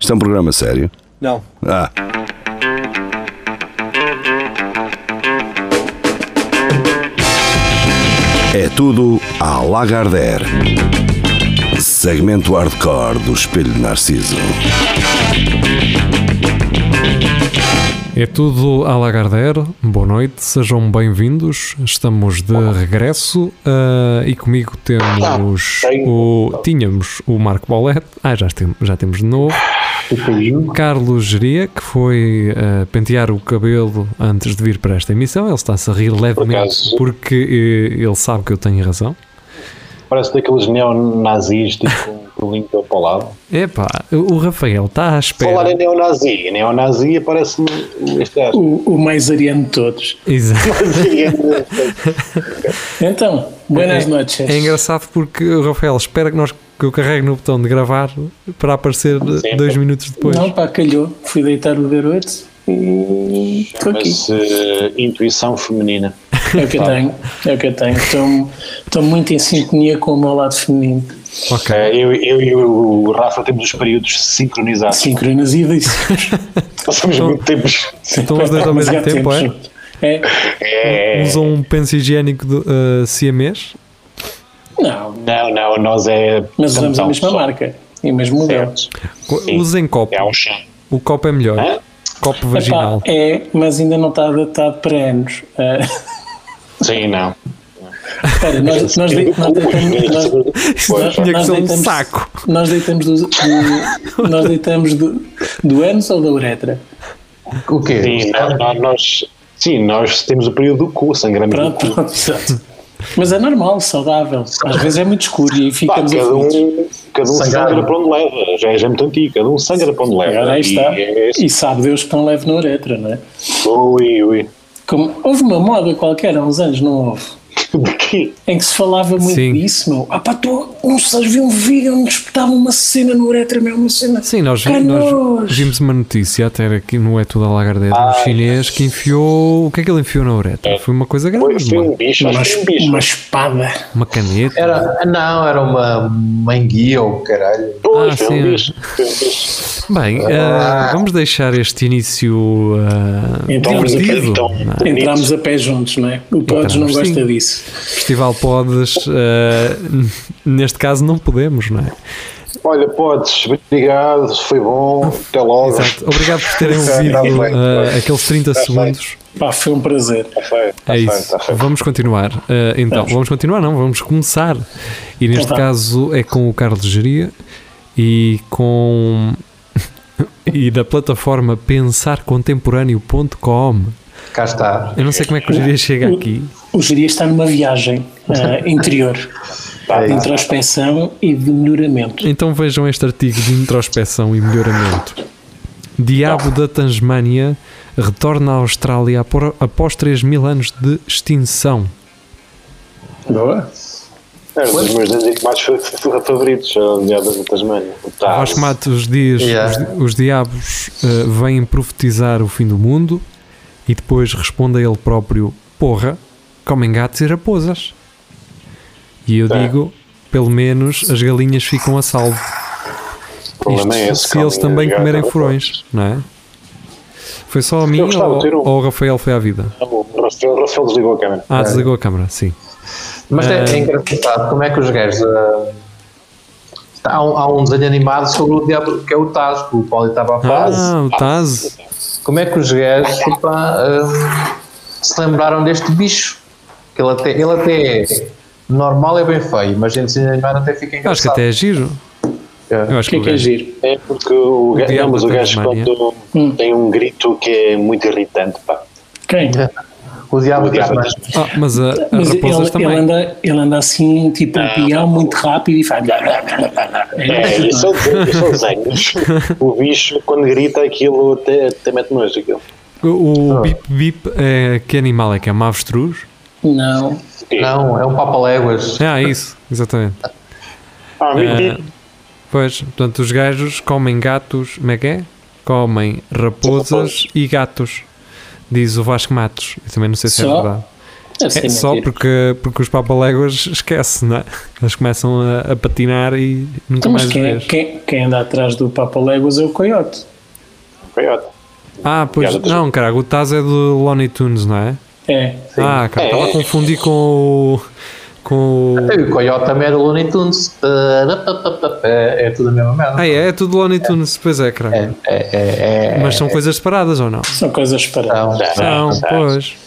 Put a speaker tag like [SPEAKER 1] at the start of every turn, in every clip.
[SPEAKER 1] Isto é um programa sério.
[SPEAKER 2] Não.
[SPEAKER 1] Ah, é tudo à Lagardère. Segmento hardcore do Espelho de Narciso.
[SPEAKER 3] É tudo à Lagardère, boa noite, sejam bem-vindos, estamos de regresso ah, e comigo temos o, tínhamos o Marco Bolete, ah, já temos, já temos de novo, Carlos Geria, que foi ah, pentear o cabelo antes de vir para esta emissão, ele está-se a rir levemente
[SPEAKER 4] acaso.
[SPEAKER 3] porque eh, ele sabe que eu tenho razão.
[SPEAKER 4] Parece daqueles neonazis, tipo, com o limpo para o lado.
[SPEAKER 3] Epá, o Rafael está à
[SPEAKER 4] Falar em
[SPEAKER 3] espera.
[SPEAKER 4] neonazi, neonazi aparece-me este gajo.
[SPEAKER 5] O, o mais ariano de todos.
[SPEAKER 3] Exato.
[SPEAKER 5] Então, buenas noites.
[SPEAKER 3] É engraçado porque o Rafael espera que, nós, que eu carregue no botão de gravar para aparecer
[SPEAKER 4] Sim.
[SPEAKER 3] dois minutos depois.
[SPEAKER 5] Não, pá, calhou. Fui deitar o garoto e estou aqui.
[SPEAKER 4] Mas eh, intuição feminina.
[SPEAKER 5] É o que eu tenho. É o que eu tenho. Estou- Estou muito em sintonia com o meu lado feminino.
[SPEAKER 3] Ok.
[SPEAKER 4] Eh, eu, eu e o Rafa temos os períodos sincronizados.
[SPEAKER 5] Sincronas e disso.
[SPEAKER 4] Passamos muito tempo.
[SPEAKER 3] Estão os dois ao mesmo tempo, é?
[SPEAKER 5] é?
[SPEAKER 4] É,
[SPEAKER 3] Usam um penso higiênico de uh, siamês?
[SPEAKER 5] Não,
[SPEAKER 4] não, não, nós é.
[SPEAKER 5] mas usamos a
[SPEAKER 4] Samsung.
[SPEAKER 5] mesma marca e o mesmo modelo.
[SPEAKER 4] Certo. Sim.
[SPEAKER 3] Usem copo.
[SPEAKER 4] É um chão.
[SPEAKER 3] O copo é melhor.
[SPEAKER 4] Hã?
[SPEAKER 3] Copo
[SPEAKER 5] Epá,
[SPEAKER 3] vaginal.
[SPEAKER 5] é, mas ainda não está adaptado para anos. Ah,
[SPEAKER 4] Sim, não.
[SPEAKER 5] Espera, nós, nós, de- nós deitamos- nós-
[SPEAKER 4] Pois,
[SPEAKER 3] Tinha que
[SPEAKER 5] nós
[SPEAKER 3] ser um
[SPEAKER 5] deitamos-
[SPEAKER 3] saco.
[SPEAKER 5] Nós deitamos do, do- nós deitamos do, do ânus ou da uretra?
[SPEAKER 6] O quê?
[SPEAKER 4] sim, não, não, nós, sim, nós temos o período do cu, sangramos do
[SPEAKER 5] Pronto,
[SPEAKER 4] cu.
[SPEAKER 5] pronto, exato. Mas é normal, saudável. Às vezes é muito escuro e
[SPEAKER 4] Pá,
[SPEAKER 5] ficamos
[SPEAKER 4] cada
[SPEAKER 5] aflitos.
[SPEAKER 4] um, cada um
[SPEAKER 6] Sangrado.
[SPEAKER 4] sangra para onde leva, já é, já é muito antigo, cada um sangra para onde leva.
[SPEAKER 5] Agora aí está.
[SPEAKER 4] E é
[SPEAKER 5] E sabe Deus que não leve na uretra, não é?
[SPEAKER 4] Ui, ui.
[SPEAKER 5] Como, houve uma moda qualquer há uns anos, não houve?
[SPEAKER 4] De quê?
[SPEAKER 5] Em que se falava muito
[SPEAKER 3] Sim.
[SPEAKER 5] disso, meu. Ah pá, tu não sabes, vi um vídeo onde espetava uma cena na uretra, meu, uma cena.
[SPEAKER 3] Sim, nós,
[SPEAKER 5] Que
[SPEAKER 3] nós
[SPEAKER 5] nojo.
[SPEAKER 3] vimos uma notícia até aqui no É Tudo a Lagardeira, um chinês que enfiou. O que é que ele enfiou na uretra? Foi uma coisa
[SPEAKER 4] Foi,
[SPEAKER 3] grande,
[SPEAKER 4] foi
[SPEAKER 3] mano.
[SPEAKER 4] um bicho,
[SPEAKER 5] Uma,
[SPEAKER 4] acho que foi um bicho.
[SPEAKER 5] uma espada.
[SPEAKER 3] Uma caneta.
[SPEAKER 6] Era, não, era uma manguia ou caralho.
[SPEAKER 4] Pois,
[SPEAKER 3] Ah,
[SPEAKER 4] foi
[SPEAKER 3] sim.
[SPEAKER 4] um bicho. Foi um bicho.
[SPEAKER 3] Bem, ah, vamos deixar este início ah,
[SPEAKER 5] Então,
[SPEAKER 4] mas aquele
[SPEAKER 3] divertido.
[SPEAKER 4] tão
[SPEAKER 3] não é?
[SPEAKER 4] bonito.
[SPEAKER 5] Entramos a pé juntos, não é? O Podes não
[SPEAKER 3] Entramos,
[SPEAKER 5] gosta
[SPEAKER 3] sim.
[SPEAKER 5] disso.
[SPEAKER 3] Festival Podes, ah, n- neste caso não podemos, não é?
[SPEAKER 4] Olha, podes, obrigado, foi bom, até logo.
[SPEAKER 3] Ah, Exato. Obrigado por terem
[SPEAKER 4] Está
[SPEAKER 3] ouvido
[SPEAKER 4] bem,
[SPEAKER 3] ah,
[SPEAKER 4] pois.
[SPEAKER 3] aqueles 30
[SPEAKER 4] Está bem.
[SPEAKER 3] segundos.
[SPEAKER 5] Pá, foi um prazer.
[SPEAKER 4] Está Tá feito, está
[SPEAKER 3] É
[SPEAKER 4] feito,
[SPEAKER 3] isso.
[SPEAKER 4] está feito.
[SPEAKER 3] Vamos continuar. Ah, então, vamos.
[SPEAKER 5] Vamos.
[SPEAKER 3] continuar, não, vamos começar. E neste
[SPEAKER 5] Então vá.
[SPEAKER 3] caso é com o Carlos Geria e com. e da plataforma pensarcontemporâneo.com.
[SPEAKER 6] Cá está.
[SPEAKER 3] Eu não sei como é que o Geria chega aqui.
[SPEAKER 5] O Jeria está numa viagem ah, interior
[SPEAKER 4] Tá, É
[SPEAKER 5] de introspeção e de melhoramento.
[SPEAKER 3] Então vejam este artigo de introspeção e melhoramento. Diabo da Tasmânia retorna à Austrália apor- após 3 mil anos de extinção.
[SPEAKER 5] Boa.
[SPEAKER 4] Era um dos meus desenhos mais fa- fa- favoritos, a Diabo da Tasmania. Tá.
[SPEAKER 3] Vasco Matos diz:
[SPEAKER 6] Yeah.
[SPEAKER 3] os, os diabos eh, vêm profetizar o fim do mundo e depois responde a ele próprio: Porra, comem gatos e raposas. E eu
[SPEAKER 4] Tá.
[SPEAKER 3] digo: pelo menos as galinhas ficam a salvo.
[SPEAKER 4] O problema é
[SPEAKER 3] Isto
[SPEAKER 4] esse,
[SPEAKER 3] se eles
[SPEAKER 4] comem
[SPEAKER 3] também
[SPEAKER 4] gato,
[SPEAKER 3] comerem
[SPEAKER 4] não
[SPEAKER 3] furões, não é? Foi só a mim
[SPEAKER 4] gostava de ter um.
[SPEAKER 3] ou, ou o Rafael foi à vida?
[SPEAKER 4] pode. O Rafael, o Rafael desligou a câmera.
[SPEAKER 3] Ah, desligou a câmara, sim.
[SPEAKER 6] Mas é, é engraçado como é que os gajos. ah, há, um, há um desenho animado sobre o diabo que é o Tasco, o Paulo estava a
[SPEAKER 4] Tá.
[SPEAKER 6] falar.
[SPEAKER 3] Ah, o Taz.
[SPEAKER 6] Como é que os gajos epá, ah, se lembraram deste bicho? Que ele até, ele até é normal é bem feio, mas em desenho animado até fica
[SPEAKER 3] Eu Acho que
[SPEAKER 6] engraçado.
[SPEAKER 3] até é giro. Eu acho
[SPEAKER 5] O que é que é
[SPEAKER 3] gajo-
[SPEAKER 5] giro?
[SPEAKER 4] É porque o, ga-
[SPEAKER 3] Diabo
[SPEAKER 4] não, mas
[SPEAKER 3] da
[SPEAKER 4] o gajo
[SPEAKER 3] Tasmânia.
[SPEAKER 4] quando
[SPEAKER 5] Hum.
[SPEAKER 4] tem um grito que é muito irritante, pá.
[SPEAKER 5] Quem?
[SPEAKER 3] é.
[SPEAKER 6] É. O diabo
[SPEAKER 4] O diabo
[SPEAKER 6] Tasmânia.
[SPEAKER 4] da-
[SPEAKER 3] Ah, mas a, a
[SPEAKER 5] Mas ele,
[SPEAKER 3] raposas
[SPEAKER 5] ele
[SPEAKER 3] também.
[SPEAKER 5] anda, ele anda assim, tipo um peão, muito rápido e faz.
[SPEAKER 4] É,
[SPEAKER 5] É
[SPEAKER 4] isso é
[SPEAKER 5] isso,
[SPEAKER 4] o desenho, isso é o desenho. O bicho, quando grita aquilo, até, até mete nojo aquilo. Ah.
[SPEAKER 3] O, o bip bip é que animal é que é? Uma avestruz?
[SPEAKER 5] não é? Não.
[SPEAKER 6] Não, é um Papa-Léguas.
[SPEAKER 3] Ah, isso, exatamente.
[SPEAKER 4] Ah, bip,
[SPEAKER 3] Ah,
[SPEAKER 4] bip.
[SPEAKER 3] pois, portanto, os gajos comem gatos, como é que é? Comem raposas e gatos, diz o Vasco Matos. Eu também não sei se é
[SPEAKER 5] Só?
[SPEAKER 3] verdade.
[SPEAKER 5] Assim,
[SPEAKER 3] É só
[SPEAKER 5] mentira.
[SPEAKER 3] porque, porque os papaléguas esquece, não é? Eles começam a, a patinar e nunca
[SPEAKER 5] Então, mas
[SPEAKER 3] mais
[SPEAKER 5] quem,
[SPEAKER 3] vês.
[SPEAKER 5] quem, quem anda atrás do Papa Léguas é o Coyote.
[SPEAKER 4] Coyote.
[SPEAKER 3] Ah, pois
[SPEAKER 4] Piada,
[SPEAKER 3] não, caralho, o Taz é do Looney Tunes, não é?
[SPEAKER 5] É.
[SPEAKER 3] Ah, cara,
[SPEAKER 4] É.
[SPEAKER 3] estava a confundir com o. com o.
[SPEAKER 6] E o Coyote também era o Looney Tunes. Ah, Tarapapapapá. É tudo a mesma merda.
[SPEAKER 3] Ah, é, é tudo Looney Tunes, pois é,
[SPEAKER 6] É,
[SPEAKER 3] caralho.
[SPEAKER 6] é, é, é.
[SPEAKER 3] Mas são coisas separadas ou não?
[SPEAKER 5] São coisas para.
[SPEAKER 6] Então,
[SPEAKER 3] Não,
[SPEAKER 4] não,
[SPEAKER 3] pois.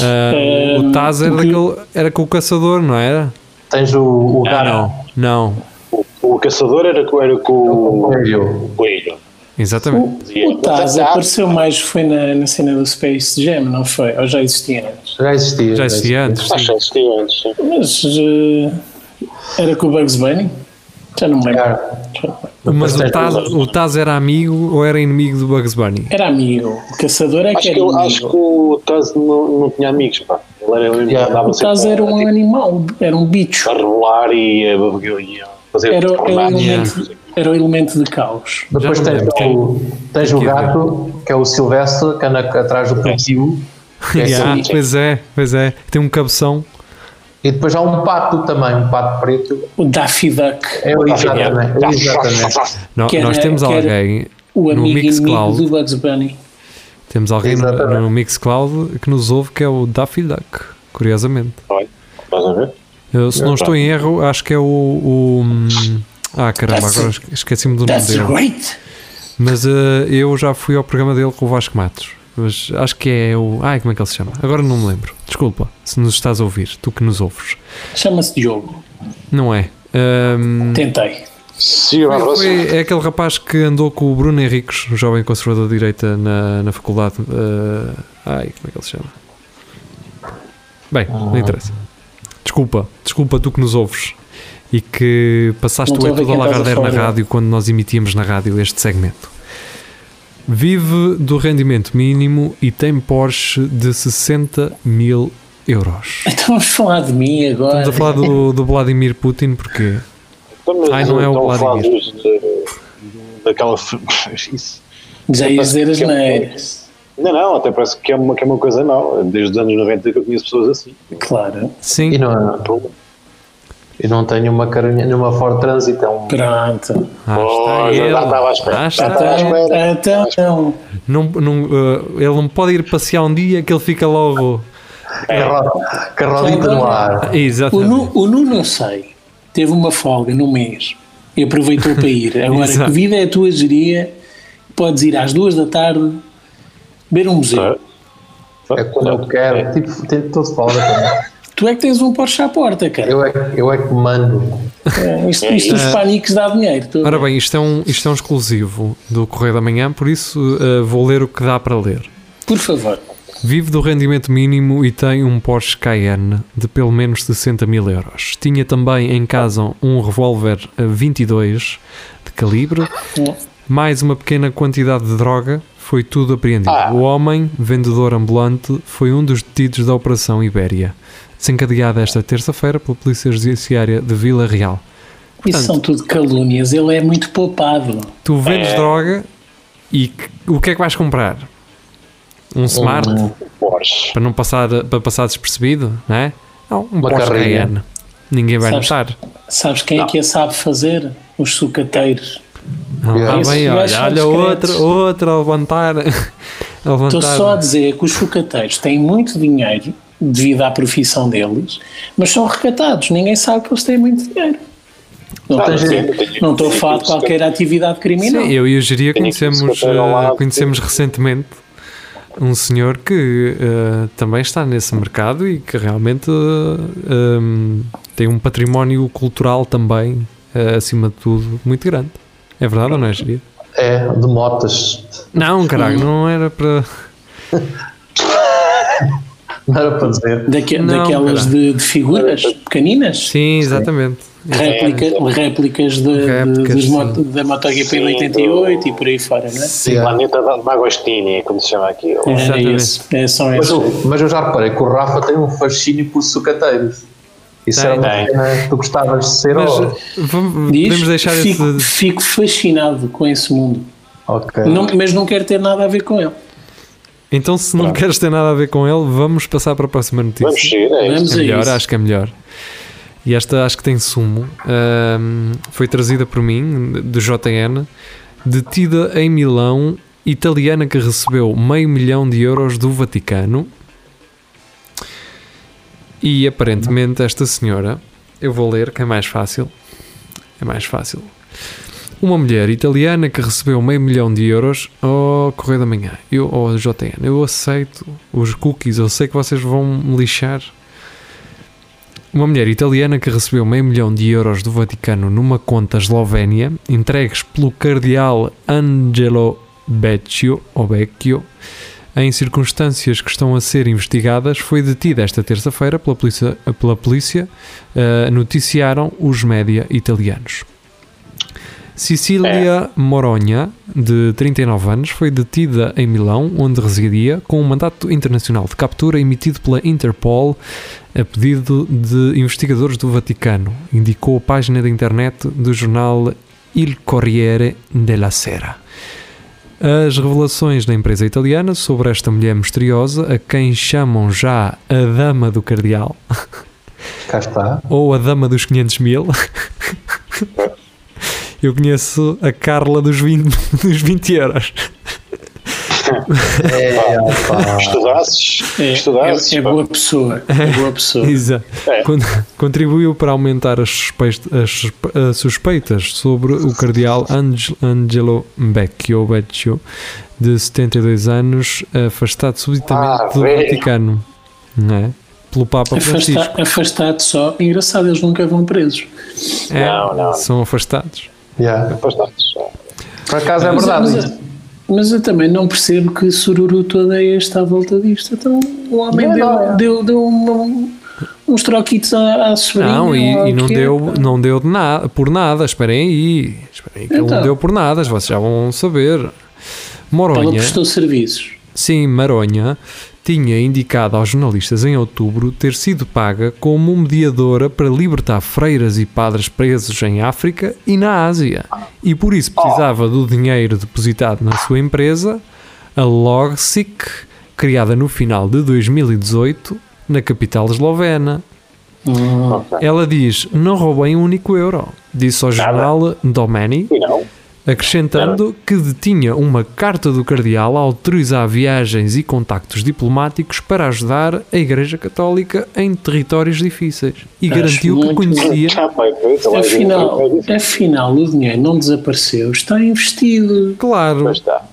[SPEAKER 3] Ah, o
[SPEAKER 6] Um,
[SPEAKER 5] Hum,
[SPEAKER 3] Taz era,
[SPEAKER 5] o que-
[SPEAKER 3] daquele, era com o caçador, não era?
[SPEAKER 6] tens o, o
[SPEAKER 3] Ah,
[SPEAKER 6] Gara.
[SPEAKER 3] não, não.
[SPEAKER 4] O, o caçador era, co- era com o
[SPEAKER 6] Coelho.
[SPEAKER 4] coelho.
[SPEAKER 3] Exatamente.
[SPEAKER 5] O Taz apareceu mais foi na, na cena do Space Jam, não foi? Ou já existia antes?
[SPEAKER 6] Já existia.
[SPEAKER 3] Já existia antes.
[SPEAKER 4] Acho que
[SPEAKER 3] Sim.
[SPEAKER 4] existiu antes, sim.
[SPEAKER 5] Mas eh, era com o Bugs Bunny? Já não me lembro.
[SPEAKER 6] Era.
[SPEAKER 3] Mas o
[SPEAKER 6] Depois
[SPEAKER 3] Taz, o Taz era amigo ou era inimigo do Bugs Bunny?
[SPEAKER 5] Era amigo. O caçador é que
[SPEAKER 4] Acho
[SPEAKER 5] era
[SPEAKER 4] que, eu,
[SPEAKER 5] amigo.
[SPEAKER 4] acho que o Taz não, não tinha amigos, pá. Ele era ele
[SPEAKER 6] Yeah.
[SPEAKER 4] andava
[SPEAKER 5] O
[SPEAKER 4] sempre
[SPEAKER 5] Taz
[SPEAKER 4] a-
[SPEAKER 5] era
[SPEAKER 4] a,
[SPEAKER 5] um
[SPEAKER 4] tipo,
[SPEAKER 5] animal, era um bicho.
[SPEAKER 4] a rolar e a, e a fazer
[SPEAKER 5] Era, um- era, o
[SPEAKER 4] formatos.
[SPEAKER 5] elemento, era o elemento de caos.
[SPEAKER 6] Depois
[SPEAKER 3] Já não
[SPEAKER 6] tens,
[SPEAKER 3] lembro.
[SPEAKER 6] o, tens o
[SPEAKER 3] Tem que ir
[SPEAKER 6] gato, que é o Silvestre, que anda atrás do Pepsi. que é
[SPEAKER 3] Yeah,
[SPEAKER 6] assim.
[SPEAKER 3] pois é, pois é. Tem um cabeção.
[SPEAKER 6] E depois há um pato também, um pato preto.
[SPEAKER 5] O Daffy Duck,
[SPEAKER 6] É o exatamente. é exatamente.
[SPEAKER 3] No-
[SPEAKER 5] Que era-
[SPEAKER 6] é-
[SPEAKER 3] nós temos
[SPEAKER 5] que era
[SPEAKER 3] alguém,
[SPEAKER 5] o
[SPEAKER 3] No
[SPEAKER 5] amigo inimigo
[SPEAKER 3] Mixcloud.
[SPEAKER 5] do Bugs Bunny.
[SPEAKER 3] temos alguém
[SPEAKER 6] Exatamente.
[SPEAKER 3] no, no Mixcloud que nos ouve que é o Daffy Duck, curiosamente.
[SPEAKER 4] Olha, Estás a ver?
[SPEAKER 3] Eu, se não estou em erro, acho que é o. o- ah, caramba,
[SPEAKER 5] That's-
[SPEAKER 3] agora esque- esqueci-me do nome
[SPEAKER 5] That's
[SPEAKER 3] dele.
[SPEAKER 5] great!
[SPEAKER 3] Mas eh, eu já fui ao programa dele com o Vasco Matos. Mas acho que é o. Ai, como é que ele se chama? Agora não me lembro. Desculpa se nos estás a ouvir, tu que nos ouves.
[SPEAKER 5] Chama-se Diogo.
[SPEAKER 3] Não é? Ahm,
[SPEAKER 5] Tentei.
[SPEAKER 4] Sim,
[SPEAKER 3] Foi-
[SPEAKER 4] mas você-
[SPEAKER 3] foi- é aquele rapaz que andou com o Bruno Henriques, um jovem conservador de direita na, na faculdade. eh, ai, como é que ele se chama? Bem, não interessa. Desculpa, desculpa tu que nos ouves e que passaste
[SPEAKER 5] Não
[SPEAKER 3] o
[SPEAKER 5] estou a ver
[SPEAKER 3] Etudo
[SPEAKER 5] quem estás a
[SPEAKER 3] Alagarder na
[SPEAKER 5] falar.
[SPEAKER 3] rádio quando nós emitíamos na rádio este segmento. Vive do rendimento mínimo e tem Porsche de 60 mil euros.
[SPEAKER 5] Então vamos falar de mim agora.
[SPEAKER 3] Estamos a falar do, do Vladimir Putin porque
[SPEAKER 4] Então, mas
[SPEAKER 3] Ai, não é o
[SPEAKER 4] estão a falar
[SPEAKER 3] Vladimir.
[SPEAKER 4] dos- de- daquela. f- Isso.
[SPEAKER 5] Já ias dizer as
[SPEAKER 4] Que é um
[SPEAKER 5] neiras.
[SPEAKER 4] Não, não, até parece que é, uma, que é uma coisa nova. Desde os anos 90 que eu conheço pessoas assim.
[SPEAKER 5] Claro.
[SPEAKER 3] sim,
[SPEAKER 6] E não, e não tenho uma carinha, nenhuma Ford Transit, é um
[SPEAKER 5] Pronto.
[SPEAKER 3] Ah,
[SPEAKER 4] Oh, já estava à espera.
[SPEAKER 3] Ah,
[SPEAKER 4] Já estava à
[SPEAKER 3] está.
[SPEAKER 4] espera.
[SPEAKER 5] Então, então,
[SPEAKER 3] Não, não, eh, ele não pode ir passear um dia que ele fica logo. É.
[SPEAKER 6] carro- carrodita no ar.
[SPEAKER 5] o,
[SPEAKER 3] Exatamente.
[SPEAKER 5] Nu, o Nuno, eu sei, teve uma folga num mês e aproveitou para ir. Agora,
[SPEAKER 3] Exato.
[SPEAKER 5] que vida é a tua geria? Podes ir às duas da tarde beber um
[SPEAKER 4] tá.
[SPEAKER 5] museu.
[SPEAKER 6] É quando eu quero, tipo, tento todo fora também.
[SPEAKER 5] Tu é que tens um Porsche à porta, cara.
[SPEAKER 6] Eu é, que- eu é que mando.
[SPEAKER 5] É, Isto, isto dos pânicos dá dinheiro. tu-
[SPEAKER 3] Ora bem, isto é, um, isto é um exclusivo do Correio da Manhã, por isso eh, vou ler o que dá para ler.
[SPEAKER 5] Por favor.
[SPEAKER 3] Vive do rendimento mínimo e tem um Porsche Cayenne de pelo menos 60 mil euros. Tinha também em casa um revólver eh, 22 de calibre, mais uma pequena quantidade de droga. Foi tudo apreendido. O homem, vendedor ambulante, foi um dos detidos da Operação Ibéria, desencadeada esta terça-feira pela Polícia Judiciária de Vila Real.
[SPEAKER 5] Isso são tudo calúnias. Ele é muito poupado.
[SPEAKER 3] Tu vendes droga e que- o que é que vais comprar? Um smart?
[SPEAKER 4] Porsche.
[SPEAKER 3] para não passar, para passar despercebido, não é? Não, um
[SPEAKER 6] Uma
[SPEAKER 3] Porsche
[SPEAKER 6] carrinha.
[SPEAKER 3] Cayenne. Ninguém vai
[SPEAKER 5] Sabes-
[SPEAKER 3] notar.
[SPEAKER 5] Sabes quem é que a sabe fazer? Os sucateiros.
[SPEAKER 3] Ah,
[SPEAKER 6] Esses
[SPEAKER 3] bem,
[SPEAKER 5] gajos
[SPEAKER 3] olha,
[SPEAKER 5] são
[SPEAKER 3] olha
[SPEAKER 5] discretos.
[SPEAKER 3] outra, outra a levantar. a
[SPEAKER 5] Estou
[SPEAKER 3] levantar.
[SPEAKER 5] só a dizer que os sucateiros têm muito dinheiro devido à profissão deles, mas são recatados. Ninguém sabe que eles têm muito dinheiro. Não,
[SPEAKER 4] Ah,
[SPEAKER 5] estou a dizer-
[SPEAKER 4] sim, eu tenho- tipo
[SPEAKER 5] não estou a falar de
[SPEAKER 4] tenho-
[SPEAKER 5] qualquer atividade criminal.
[SPEAKER 3] Sim, eu e o Geria
[SPEAKER 4] Tenho aqui um
[SPEAKER 3] conhecemos,
[SPEAKER 4] secretário ao
[SPEAKER 3] eh,
[SPEAKER 4] lado.
[SPEAKER 3] conhecemos recentemente um senhor que eh, também está nesse mercado e que realmente eh, em, tem um património cultural também, eh, acima de tudo, muito grande. É verdade ou não é, Geria?
[SPEAKER 6] É, de motas.
[SPEAKER 3] Não, caralho, não era para.
[SPEAKER 6] Não era para dizer.
[SPEAKER 5] Daque-
[SPEAKER 3] Não,
[SPEAKER 5] daquelas
[SPEAKER 3] caralho.
[SPEAKER 5] de, de figuras pequeninas,
[SPEAKER 3] Sim, exatamente.
[SPEAKER 5] réplica- réplicas, de- de-
[SPEAKER 3] Réplicas,
[SPEAKER 5] dos
[SPEAKER 3] sim.
[SPEAKER 5] moto- da MotoGP
[SPEAKER 4] Sim,
[SPEAKER 5] de 88 e por aí fora, não é?
[SPEAKER 4] Sim, Planeta da Magostini, como se chama aquilo.
[SPEAKER 5] Era
[SPEAKER 3] Exatamente.
[SPEAKER 5] esse, é, são
[SPEAKER 6] Mas,
[SPEAKER 5] esses.
[SPEAKER 6] eu- mas eu já reparei que o Rafa tem um fascínio por sucateiros. Isso
[SPEAKER 3] Tem,
[SPEAKER 6] era uma
[SPEAKER 4] tem.
[SPEAKER 6] cena que tu gostavas de ser.
[SPEAKER 3] Mas eh,
[SPEAKER 6] ou-
[SPEAKER 3] vamos,
[SPEAKER 5] Diz,
[SPEAKER 3] podemos deixar
[SPEAKER 5] fico,
[SPEAKER 3] esse.
[SPEAKER 5] fico fascinado com esse mundo,
[SPEAKER 6] Ok.
[SPEAKER 5] Não- mas não quero ter nada a ver com ele.
[SPEAKER 3] Então, se não
[SPEAKER 4] Pronto.
[SPEAKER 3] queres ter nada a ver com ele, vamos passar para a próxima notícia.
[SPEAKER 4] Vamos seguir, é isso.
[SPEAKER 5] Vamos
[SPEAKER 3] É
[SPEAKER 5] a
[SPEAKER 3] melhor,
[SPEAKER 5] isso.
[SPEAKER 3] acho que é melhor. E esta acho que tem sumo. Ahm, foi trazida por mim, do JN, detida em Milão, italiana que recebeu meio milhão de euros do Vaticano. E aparentemente esta senhora, eu vou ler que é mais fácil. É mais fácil. Uma mulher italiana que recebeu meio milhão de euros ao Correio da Manhã, eu, ao JN. Eu aceito os cookies, eu sei que vocês vão me lixar. Uma mulher italiana que recebeu meio milhão de euros do Vaticano numa conta eslovénia, entregues pelo cardeal Angelo Beccio, ou Becchio, em circunstâncias que estão a ser investigadas, foi detida esta terça-feira pela polícia, pela polícia eh, noticiaram os média italianos. Cecília Moronha, de 39 anos, foi detida em Milão, onde residia, com um mandato internacional de captura emitido pela Interpol a pedido de investigadores do Vaticano, indicou a página da internet do jornal Il Corriere della Sera. As revelações da empresa italiana sobre esta mulher misteriosa, a quem chamam já a Dama do Cardeal
[SPEAKER 6] Cá está.
[SPEAKER 3] ou a Dama dos 500 mil, eu conheço a Carla dos 20, dos 20 euros.
[SPEAKER 6] É, pá.
[SPEAKER 4] Estudasses,
[SPEAKER 5] É,
[SPEAKER 4] estudasses,
[SPEAKER 5] é, é
[SPEAKER 6] tipo,
[SPEAKER 4] pá.
[SPEAKER 5] boa pessoa. É boa pessoa.
[SPEAKER 3] Exato.
[SPEAKER 4] É.
[SPEAKER 3] Con- Contribuiu para aumentar as, suspeis- as suspe- as suspeitas sobre o cardeal Ange- Angelo Becchio, Becchio, de 72 anos, afastado subitamente
[SPEAKER 4] Ah,
[SPEAKER 3] do
[SPEAKER 4] velho.
[SPEAKER 3] Vaticano, não é? Pelo Papa Francisco.
[SPEAKER 5] Afasta, afastado só. Engraçado, eles nunca vão presos.
[SPEAKER 3] É,
[SPEAKER 4] Não, não.
[SPEAKER 3] São afastados.
[SPEAKER 6] Yeah.
[SPEAKER 4] Afastados.
[SPEAKER 6] Por acaso é
[SPEAKER 5] Mas-
[SPEAKER 6] verdade.
[SPEAKER 5] Mas, mas eu também não percebo que sururu toda esta à volta disto. Então o homem
[SPEAKER 6] Não,
[SPEAKER 5] deu,
[SPEAKER 6] não, é.
[SPEAKER 5] deu, deu um- uns troquitos à, à sobrinha.
[SPEAKER 3] Não,
[SPEAKER 5] ou
[SPEAKER 3] e, e
[SPEAKER 5] ao
[SPEAKER 3] não,
[SPEAKER 5] quê.
[SPEAKER 3] deu, não deu de nada, por nada. Esperem aí. Esperem aí que ele não
[SPEAKER 5] Então.
[SPEAKER 3] deu por nada. Vocês já vão saber.
[SPEAKER 5] Ela
[SPEAKER 3] Moronha.
[SPEAKER 5] prestou serviços.
[SPEAKER 3] Sim, Maronha tinha indicado aos jornalistas em outubro ter sido paga como mediadora para libertar freiras e padres presos em África e na Ásia, e por isso precisava do dinheiro depositado na sua empresa, a Logsic, criada no final de 2018 na capital eslovena. Ela diz: Não roubei um único euro, disse ao jornal Domeni,
[SPEAKER 4] E não.
[SPEAKER 3] acrescentando que detinha uma carta do cardeal a autorizar viagens e contactos diplomáticos para ajudar a Igreja Católica em territórios difíceis e
[SPEAKER 5] Acho
[SPEAKER 3] garantiu que
[SPEAKER 5] muito
[SPEAKER 3] conhecia
[SPEAKER 4] Ah, pá, pois, ela é
[SPEAKER 5] Afinal,
[SPEAKER 4] gente-
[SPEAKER 5] afinal, o dinheiro não desapareceu, está investido.
[SPEAKER 3] claro
[SPEAKER 4] Mas tá. está.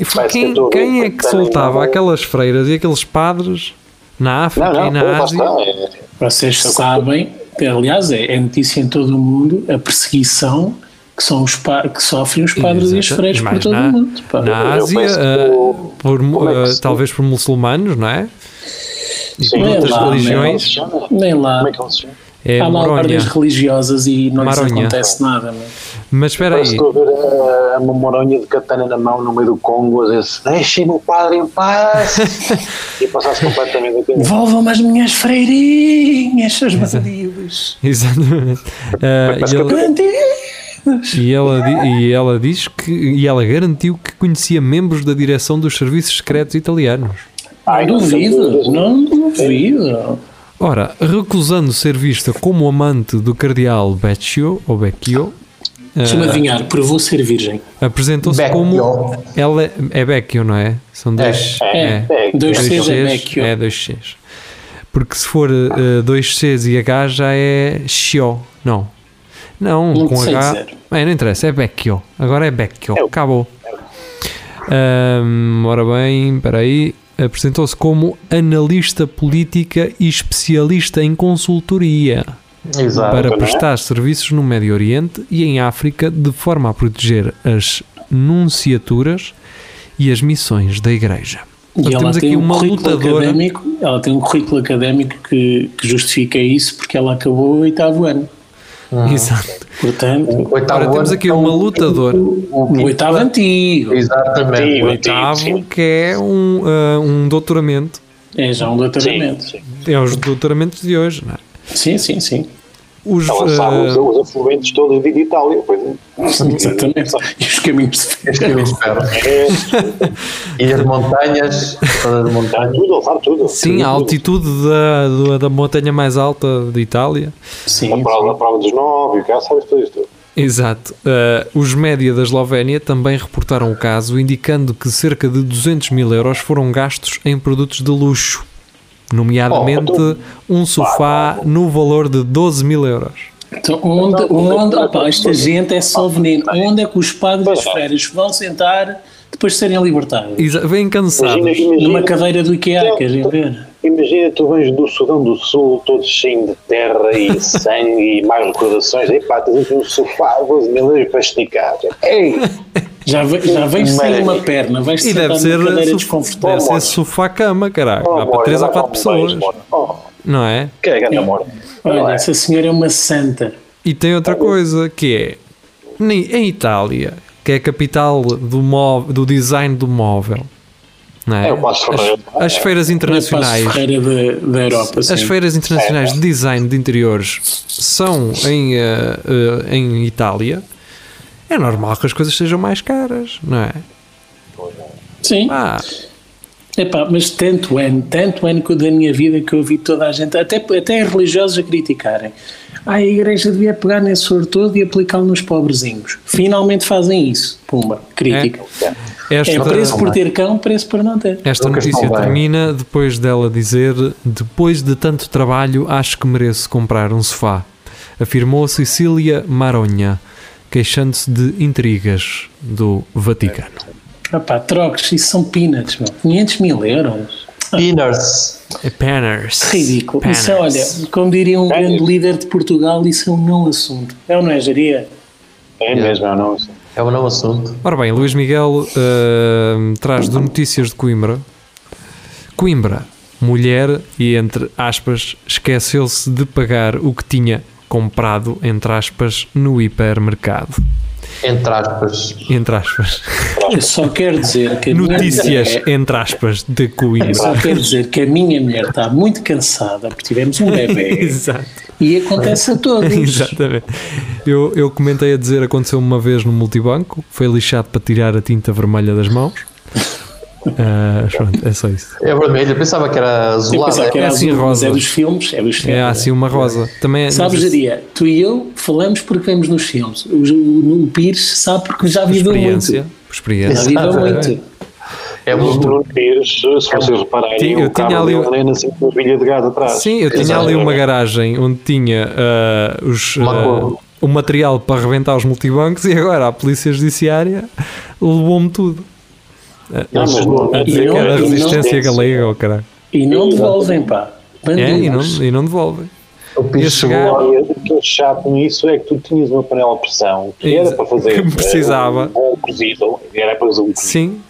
[SPEAKER 3] e foi
[SPEAKER 4] Vai ser
[SPEAKER 3] quem,
[SPEAKER 4] tudo
[SPEAKER 3] quem é que
[SPEAKER 4] importante, não
[SPEAKER 3] soltava
[SPEAKER 4] é?
[SPEAKER 3] aquelas freiras e aqueles padres na África
[SPEAKER 4] Não, não,
[SPEAKER 3] e
[SPEAKER 4] pois,
[SPEAKER 3] na
[SPEAKER 4] lá
[SPEAKER 3] Ásia
[SPEAKER 4] está. é-
[SPEAKER 5] Vocês sabem, que, aliás, é, é notícia em todo o mundo a perseguição que, são os pa- que sofrem os padres e os
[SPEAKER 3] Exato.
[SPEAKER 5] freiras por
[SPEAKER 3] Mas
[SPEAKER 5] todo
[SPEAKER 3] na,
[SPEAKER 5] o mundo. pá.
[SPEAKER 3] na
[SPEAKER 4] Eu
[SPEAKER 3] Ásia
[SPEAKER 4] penso que
[SPEAKER 3] ah,
[SPEAKER 4] o-
[SPEAKER 3] por, mu-
[SPEAKER 4] como é que
[SPEAKER 3] ah,
[SPEAKER 4] se-
[SPEAKER 3] talvez por muçulmanos não é? e
[SPEAKER 4] Sim.
[SPEAKER 3] por
[SPEAKER 4] É
[SPEAKER 3] outras
[SPEAKER 5] lá, não
[SPEAKER 4] Como é que
[SPEAKER 5] é?
[SPEAKER 3] religiões
[SPEAKER 4] se chama?
[SPEAKER 5] Nem lá.
[SPEAKER 4] Como é que ele se chama?
[SPEAKER 3] é
[SPEAKER 5] Há lá ordens
[SPEAKER 3] Moronha
[SPEAKER 5] religiosas e não lhes
[SPEAKER 3] Maronha.
[SPEAKER 5] acontece nada. não é?
[SPEAKER 3] mas espera
[SPEAKER 4] Parece que
[SPEAKER 3] aí
[SPEAKER 4] estou a ver eh, uma moronha de katana na mão no meio do Congo a dizer deixem-me o padre em paz e passasse completamente aqui.
[SPEAKER 5] Devolvam-me as minhas freirinhas, seus bandidos.
[SPEAKER 3] Exatamente. Ah,
[SPEAKER 4] Mas
[SPEAKER 3] e,
[SPEAKER 4] que-
[SPEAKER 3] ela, e, ela, di- e ela diz que e ela garantiu que conhecia membros da direção dos serviços secretos italianos.
[SPEAKER 4] Ai, não É.
[SPEAKER 5] duvido,
[SPEAKER 4] sei.
[SPEAKER 5] não duvido.
[SPEAKER 3] Ora, recusando ser vista como amante do cardeal Becchio, ou Becchio, ah,
[SPEAKER 5] Deixa-me adivinhar, provou ser virgem.
[SPEAKER 3] apresentou-se
[SPEAKER 6] Becchio.
[SPEAKER 3] como ela é Becchio, não é? São dois,
[SPEAKER 4] É, é,
[SPEAKER 5] Dois
[SPEAKER 3] dois
[SPEAKER 5] Cs é
[SPEAKER 3] Cs,
[SPEAKER 5] Becchio.
[SPEAKER 3] é dois Cs. Porque se for ah, dois Cs e H já é Xio, não. Não,
[SPEAKER 5] Não
[SPEAKER 3] com
[SPEAKER 5] sei
[SPEAKER 3] H.
[SPEAKER 5] dizer.
[SPEAKER 3] Bem, não interessa, é Becchio. Agora é Becchio.
[SPEAKER 4] É o-
[SPEAKER 3] Acabou. Ahm, ora bem, espera aí. Apresentou-se como analista política e especialista em consultoria
[SPEAKER 6] Exato.
[SPEAKER 3] para
[SPEAKER 4] não é?
[SPEAKER 3] prestar serviços no Médio Oriente e em África de forma a proteger as nunciaturas e as missões da Igreja.
[SPEAKER 5] E
[SPEAKER 3] Portanto,
[SPEAKER 5] ela
[SPEAKER 3] temos
[SPEAKER 5] tem
[SPEAKER 3] aqui
[SPEAKER 5] um
[SPEAKER 3] uma
[SPEAKER 5] currículo
[SPEAKER 3] lutadora.
[SPEAKER 5] académico, ela tem um currículo académico que, que justifica isso porque ela acabou o oitavo ano.
[SPEAKER 3] Exato.
[SPEAKER 5] Portanto,
[SPEAKER 4] Tá
[SPEAKER 6] Oitavo
[SPEAKER 3] Ora, temos
[SPEAKER 6] ano,
[SPEAKER 3] aqui
[SPEAKER 6] então,
[SPEAKER 3] uma lutadora.
[SPEAKER 5] o é oitavo antigo.
[SPEAKER 6] Exatamente.
[SPEAKER 4] Sim,
[SPEAKER 3] O
[SPEAKER 4] sim,
[SPEAKER 3] oitavo,
[SPEAKER 4] sim.
[SPEAKER 3] que é um, ah, um doutoramento.
[SPEAKER 5] É já um doutoramento.
[SPEAKER 4] Sim, sim.
[SPEAKER 3] É os doutoramentos de hoje, não é?
[SPEAKER 5] Sim, sim, sim.
[SPEAKER 3] Os, uh,
[SPEAKER 4] Ela sabe os, os afluentes todos de Itália. Pois é.
[SPEAKER 5] Exatamente. E os caminhos de
[SPEAKER 6] Este que eu espero.
[SPEAKER 4] É,
[SPEAKER 6] E as montanhas, todas as montanhas.
[SPEAKER 4] Sabe tudo, sabe tudo.
[SPEAKER 3] Sim, a altitude da, do- da montanha mais alta de Itália.
[SPEAKER 5] Sim,
[SPEAKER 4] A prova, a prova dos nove, o cara sabe tudo isto.
[SPEAKER 3] Exato. Uh, os média da Eslovénia também reportaram o caso, indicando que cerca de 200 mil euros foram gastos em produtos de luxo, nomeadamente
[SPEAKER 4] Oh, Ah, então-
[SPEAKER 3] um sofá no valor de 12 mil euros.
[SPEAKER 5] Então, onde, onde opa, esta gente é só veneno. Onde é que os padres freiras vão sentar depois de serem libertados?
[SPEAKER 3] Exa- Vêm
[SPEAKER 4] Imagina,
[SPEAKER 3] cansados.
[SPEAKER 4] imagina,
[SPEAKER 5] Numa cadeira do IKEA, querem ver?
[SPEAKER 4] imagina, tu vens do Sudão do Sul, todo cheio de terra e sangue e mais recordações. E pá, tens aqui um sofá, 12 mil euros para esticar. Ei,
[SPEAKER 5] Já, ve- já vens sem
[SPEAKER 4] Maravilha.
[SPEAKER 5] uma perna, vais
[SPEAKER 3] E
[SPEAKER 5] sentar
[SPEAKER 3] deve ser,
[SPEAKER 5] numa cadeira
[SPEAKER 3] sof- deve
[SPEAKER 5] desconfortável.
[SPEAKER 3] ser sofá-cama, caralho.
[SPEAKER 4] oh,
[SPEAKER 3] Dá para
[SPEAKER 4] amor,
[SPEAKER 3] 3 ou
[SPEAKER 4] ela
[SPEAKER 3] 4
[SPEAKER 4] está um beijo,
[SPEAKER 3] pessoas,
[SPEAKER 4] amor. Oh,
[SPEAKER 3] não é?
[SPEAKER 4] que é grande amor.
[SPEAKER 5] Olha, essa senhora é uma santa.
[SPEAKER 3] E tem outra
[SPEAKER 4] Tá
[SPEAKER 3] coisa que é ni- em Itália, que é a capital do, mó- do design do móvel. não é?
[SPEAKER 4] É o Passo Ferreira.
[SPEAKER 3] as, as feiras internacionais.
[SPEAKER 5] Passo Ferreira da, da Europa.
[SPEAKER 3] As
[SPEAKER 5] sim.
[SPEAKER 3] feiras internacionais de design de interiores são em, eh, eh, em Itália. É normal que as coisas sejam mais caras, não é?
[SPEAKER 5] Sim.
[SPEAKER 3] Ah,
[SPEAKER 5] Epá, mas tanto ano, tanto ano que da minha vida que eu ouvi toda a gente, até, até religiosos a criticarem. Ai, a igreja devia pegar nesse ouro todo e aplicá-lo nos pobrezinhos. Finalmente fazem isso. Pumba, crítica. É,
[SPEAKER 3] esta,
[SPEAKER 5] preço por ter cão, preço por não ter.
[SPEAKER 3] esta
[SPEAKER 6] Nunca
[SPEAKER 3] notícia
[SPEAKER 6] estão bem.
[SPEAKER 3] termina depois dela dizer: Depois de tanto trabalho, acho que mereço comprar um sofá. Afirmou Cecília Maronha, queixando-se de intrigas do Vaticano.
[SPEAKER 5] Epá, troques, isso são peanuts, meu. 500 mil euros.
[SPEAKER 6] Pinners.
[SPEAKER 3] É Panners.
[SPEAKER 5] Ridículo. Isso é, olha,
[SPEAKER 3] Panners.
[SPEAKER 5] como diria um
[SPEAKER 4] Panners.
[SPEAKER 5] grande líder de Portugal, isso é um não assunto. É ou não é, Jaria?
[SPEAKER 4] É mesmo, eu não sei.
[SPEAKER 6] É um novo assunto.
[SPEAKER 3] Ora bem, Luís Miguel ahm, traz de notícias de Coimbra. Coimbra, mulher e entre aspas, esqueceu-se de pagar o que tinha comprado, entre aspas, no hipermercado.
[SPEAKER 6] Entre aspas.
[SPEAKER 3] Entre aspas.
[SPEAKER 5] Eu só quero dizer que a minha
[SPEAKER 3] Notícias,
[SPEAKER 5] É mulher- É
[SPEAKER 3] entre aspas, de
[SPEAKER 5] Eu
[SPEAKER 3] Coimbra.
[SPEAKER 5] só quero dizer que a minha mulher está muito cansada porque tivemos um bebê
[SPEAKER 3] Exato,
[SPEAKER 5] e acontece a todos.
[SPEAKER 3] exatamente. Eu, eu comentei a dizer, aconteceu uma vez no multibanco, foi lixado para tirar a tinta vermelha das mãos. Ah, pronto, é só isso.
[SPEAKER 6] É vermelho, eu pensava que era
[SPEAKER 5] Eu
[SPEAKER 6] azulado.
[SPEAKER 5] pensava que
[SPEAKER 6] é?
[SPEAKER 5] era
[SPEAKER 3] É assim
[SPEAKER 5] azul, mas
[SPEAKER 3] rosa.
[SPEAKER 5] é dos filmes. É dos filmes.
[SPEAKER 3] É assim uma rosa. Também é-
[SPEAKER 5] Sabes, Jaria, tu e eu falamos porque vemos nos filmes. O, o, o Pires sabe porque já viveu muito.
[SPEAKER 3] experiência.
[SPEAKER 5] Já
[SPEAKER 3] Experiência.
[SPEAKER 5] viveu
[SPEAKER 6] Exatamente.
[SPEAKER 5] muito.
[SPEAKER 6] É
[SPEAKER 4] Mas o
[SPEAKER 6] muito.
[SPEAKER 4] Bruno Pires, se vocês repararem,
[SPEAKER 3] Sim, eu
[SPEAKER 4] o
[SPEAKER 3] tinha
[SPEAKER 4] carro
[SPEAKER 3] ali
[SPEAKER 4] dele
[SPEAKER 3] um-
[SPEAKER 4] nem nasceu com uma bilha de gás atrás.
[SPEAKER 3] Sim, eu tinha ali
[SPEAKER 4] Exatamente.
[SPEAKER 3] uma garagem onde tinha ah, os,
[SPEAKER 6] Uma
[SPEAKER 3] ah,
[SPEAKER 6] cor.
[SPEAKER 3] o material para arrebentar os multibancos e agora a Polícia Judiciária levou-me tudo.
[SPEAKER 4] Não, mas não-
[SPEAKER 5] E
[SPEAKER 3] Dizer
[SPEAKER 5] não-
[SPEAKER 3] que era
[SPEAKER 5] e não-
[SPEAKER 3] resistência galega, oh, caralho.
[SPEAKER 5] E não devolvem, pá.
[SPEAKER 3] É, e não,
[SPEAKER 5] Bandidos.
[SPEAKER 3] e não devolvem.
[SPEAKER 6] O piso
[SPEAKER 3] Esse
[SPEAKER 6] chegou.
[SPEAKER 3] gajo-
[SPEAKER 4] Olha, o que eu chato nisso é que tu tinhas uma panela de pressão que
[SPEAKER 3] Exa-
[SPEAKER 4] era para fazer
[SPEAKER 3] que precisava.
[SPEAKER 4] eh, um bom cozido, era para fazer um cozido.
[SPEAKER 3] Sim,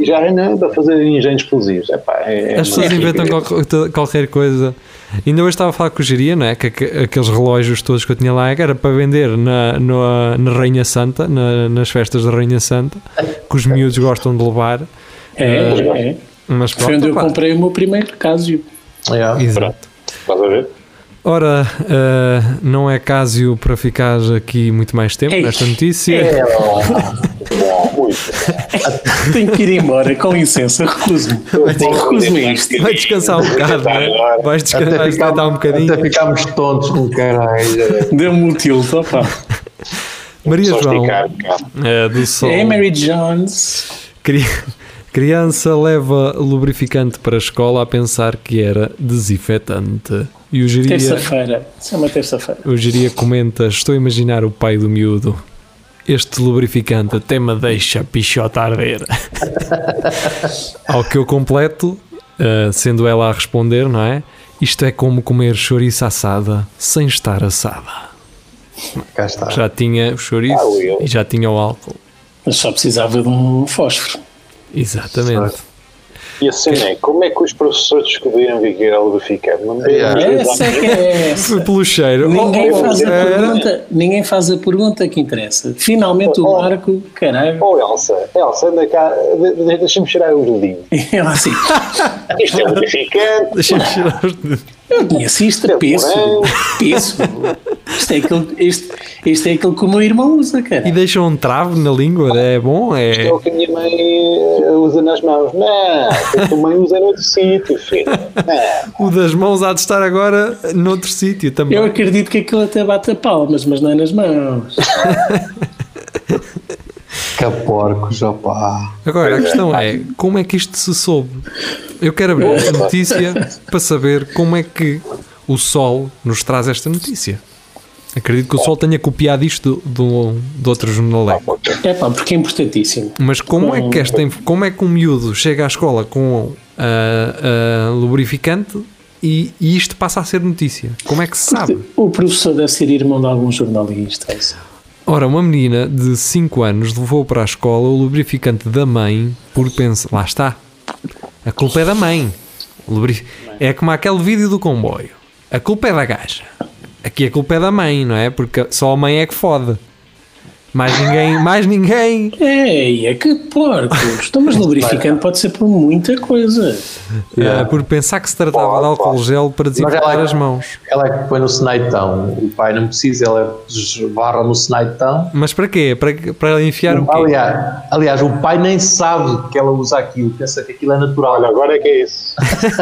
[SPEAKER 4] E já não é para fazer engenhos explosivos. Epá, é, é
[SPEAKER 3] as pessoas
[SPEAKER 4] uma-
[SPEAKER 3] inventam qualquer, qualquer coisa. Ainda hoje estava a falar com o Jiria, não é? Que, que- aqueles relógios todos que eu tinha lá é que era para vender na, na, na Rainha Santa, na- nas festas da Rainha Santa, que os miúdos gostam de levar.
[SPEAKER 5] É, é.
[SPEAKER 3] Mas
[SPEAKER 5] Foi onde
[SPEAKER 3] pronto,
[SPEAKER 5] eu
[SPEAKER 3] pá.
[SPEAKER 5] comprei o meu primeiro Casio.
[SPEAKER 6] Yeah.
[SPEAKER 3] Exato.
[SPEAKER 4] Estás a ver?
[SPEAKER 3] Ora, eh, não é Cásio para ficar aqui muito mais tempo
[SPEAKER 5] Ei.
[SPEAKER 3] nesta notícia.
[SPEAKER 6] É, ó.
[SPEAKER 4] Bom, muito.
[SPEAKER 5] Tenho que ir embora, com licença, recuso-me. Recuso-me a isto.
[SPEAKER 3] Vai descansar um bocado, não é?
[SPEAKER 4] Agora.
[SPEAKER 3] Vais descansar,
[SPEAKER 6] Até
[SPEAKER 3] vais deitar um
[SPEAKER 6] ficámos-
[SPEAKER 3] bocadinho.
[SPEAKER 6] até ficámos tontos com o caralho.
[SPEAKER 5] Deu-me o tilt, opá.
[SPEAKER 3] Maria
[SPEAKER 4] Só
[SPEAKER 3] João,
[SPEAKER 4] esticar, cara.
[SPEAKER 3] eh, do Sol.
[SPEAKER 5] É Mary Jones.
[SPEAKER 3] Cri- Criança leva lubrificante para a escola a pensar que era desinfetante. E o geria,
[SPEAKER 5] Terça-feira. Isso é uma terça-feira.
[SPEAKER 3] o geria comenta: Estou a imaginar o pai do miúdo. Este lubrificante até me deixa a pichota arder. Ao que eu completo, eh, sendo ela a responder, não é? Isto é como comer chouriço assada sem estar assada.
[SPEAKER 6] Cá está.
[SPEAKER 3] Já tinha o
[SPEAKER 4] Ah,
[SPEAKER 3] chouriço
[SPEAKER 4] Will.
[SPEAKER 3] e já tinha o álcool.
[SPEAKER 5] Mas só precisava de um fósforo.
[SPEAKER 3] Exatamente.
[SPEAKER 4] E a cena é, como é que os professores descobriram que aquilo era lubrificante? Não me
[SPEAKER 6] Yeah.
[SPEAKER 5] Essa é que é essa.
[SPEAKER 3] Foi pelo cheiro.
[SPEAKER 5] Ninguém
[SPEAKER 4] oh,
[SPEAKER 5] faz, a
[SPEAKER 3] eh,
[SPEAKER 4] era.
[SPEAKER 5] pergunta, ninguém faz a pergunta que interessa. Finalmente o
[SPEAKER 4] Oh, oh.
[SPEAKER 5] Marco, caralho.
[SPEAKER 4] Oh, Elsa, Elsa, anda cá, de- de- deixa-me cheirar o dedinho.
[SPEAKER 5] Ela assim,
[SPEAKER 4] Isto é lubrificante.
[SPEAKER 3] Deixa-me cheirar os dedos.
[SPEAKER 5] eu conheci isto, peso, peso. Isto é aquilo, isto, isto é aquilo que o meu irmão usa, cara.
[SPEAKER 3] E deixa um travo na língua, é bom?
[SPEAKER 4] Isto
[SPEAKER 3] É...
[SPEAKER 4] é o que a minha mãe eh, usa nas mãos. Não, a tua mãe usa é noutro sítio, filho. Não.
[SPEAKER 3] O das mãos há de estar agora noutro sítio também.
[SPEAKER 5] Eu acredito que aquilo até bate a palmas, mas não é nas mãos.
[SPEAKER 6] Caporcos, opá.
[SPEAKER 3] Agora, a questão é, como é que isto se soube? Eu quero abrir esta notícia para saber como é que o Sol nos traz esta notícia. Acredito que o Sol tenha copiado isto do, do, de outro jornaleco.
[SPEAKER 5] É pá, porque é importantíssimo.
[SPEAKER 3] Mas como é que esta, inf- como é que um miúdo chega à escola com ah, ah, lubrificante e, e isto passa a ser notícia? Como é que se sabe?
[SPEAKER 5] O professor deve ser irmão de algum jornalista. isso.
[SPEAKER 3] Ora, uma menina de 5 anos levou para a escola o lubrificante da mãe por pensar. Lá está. A culpa é da mãe. Lubri- É como aquele vídeo do comboio. A culpa é da gaja. Aqui a culpa é da mãe, não é? Porque só a mãe é que fode. Mais ninguém, mais ninguém.
[SPEAKER 5] Ei, é que porcos! Então, mas lubrificante pode ser por muita coisa.
[SPEAKER 3] Ah, por pensar que se tratava de álcool gel para desinfetar as mãos.
[SPEAKER 6] Ela é que põe no senaitão. O pai não precisa, ela esbarra no senaitão.
[SPEAKER 3] Mas para quê? Para, para enfiar o quê?
[SPEAKER 6] Aliás, aliás, o pai nem sabe que ela usa aquilo, pensa que aquilo é natural.
[SPEAKER 4] Olha, agora é que é isso.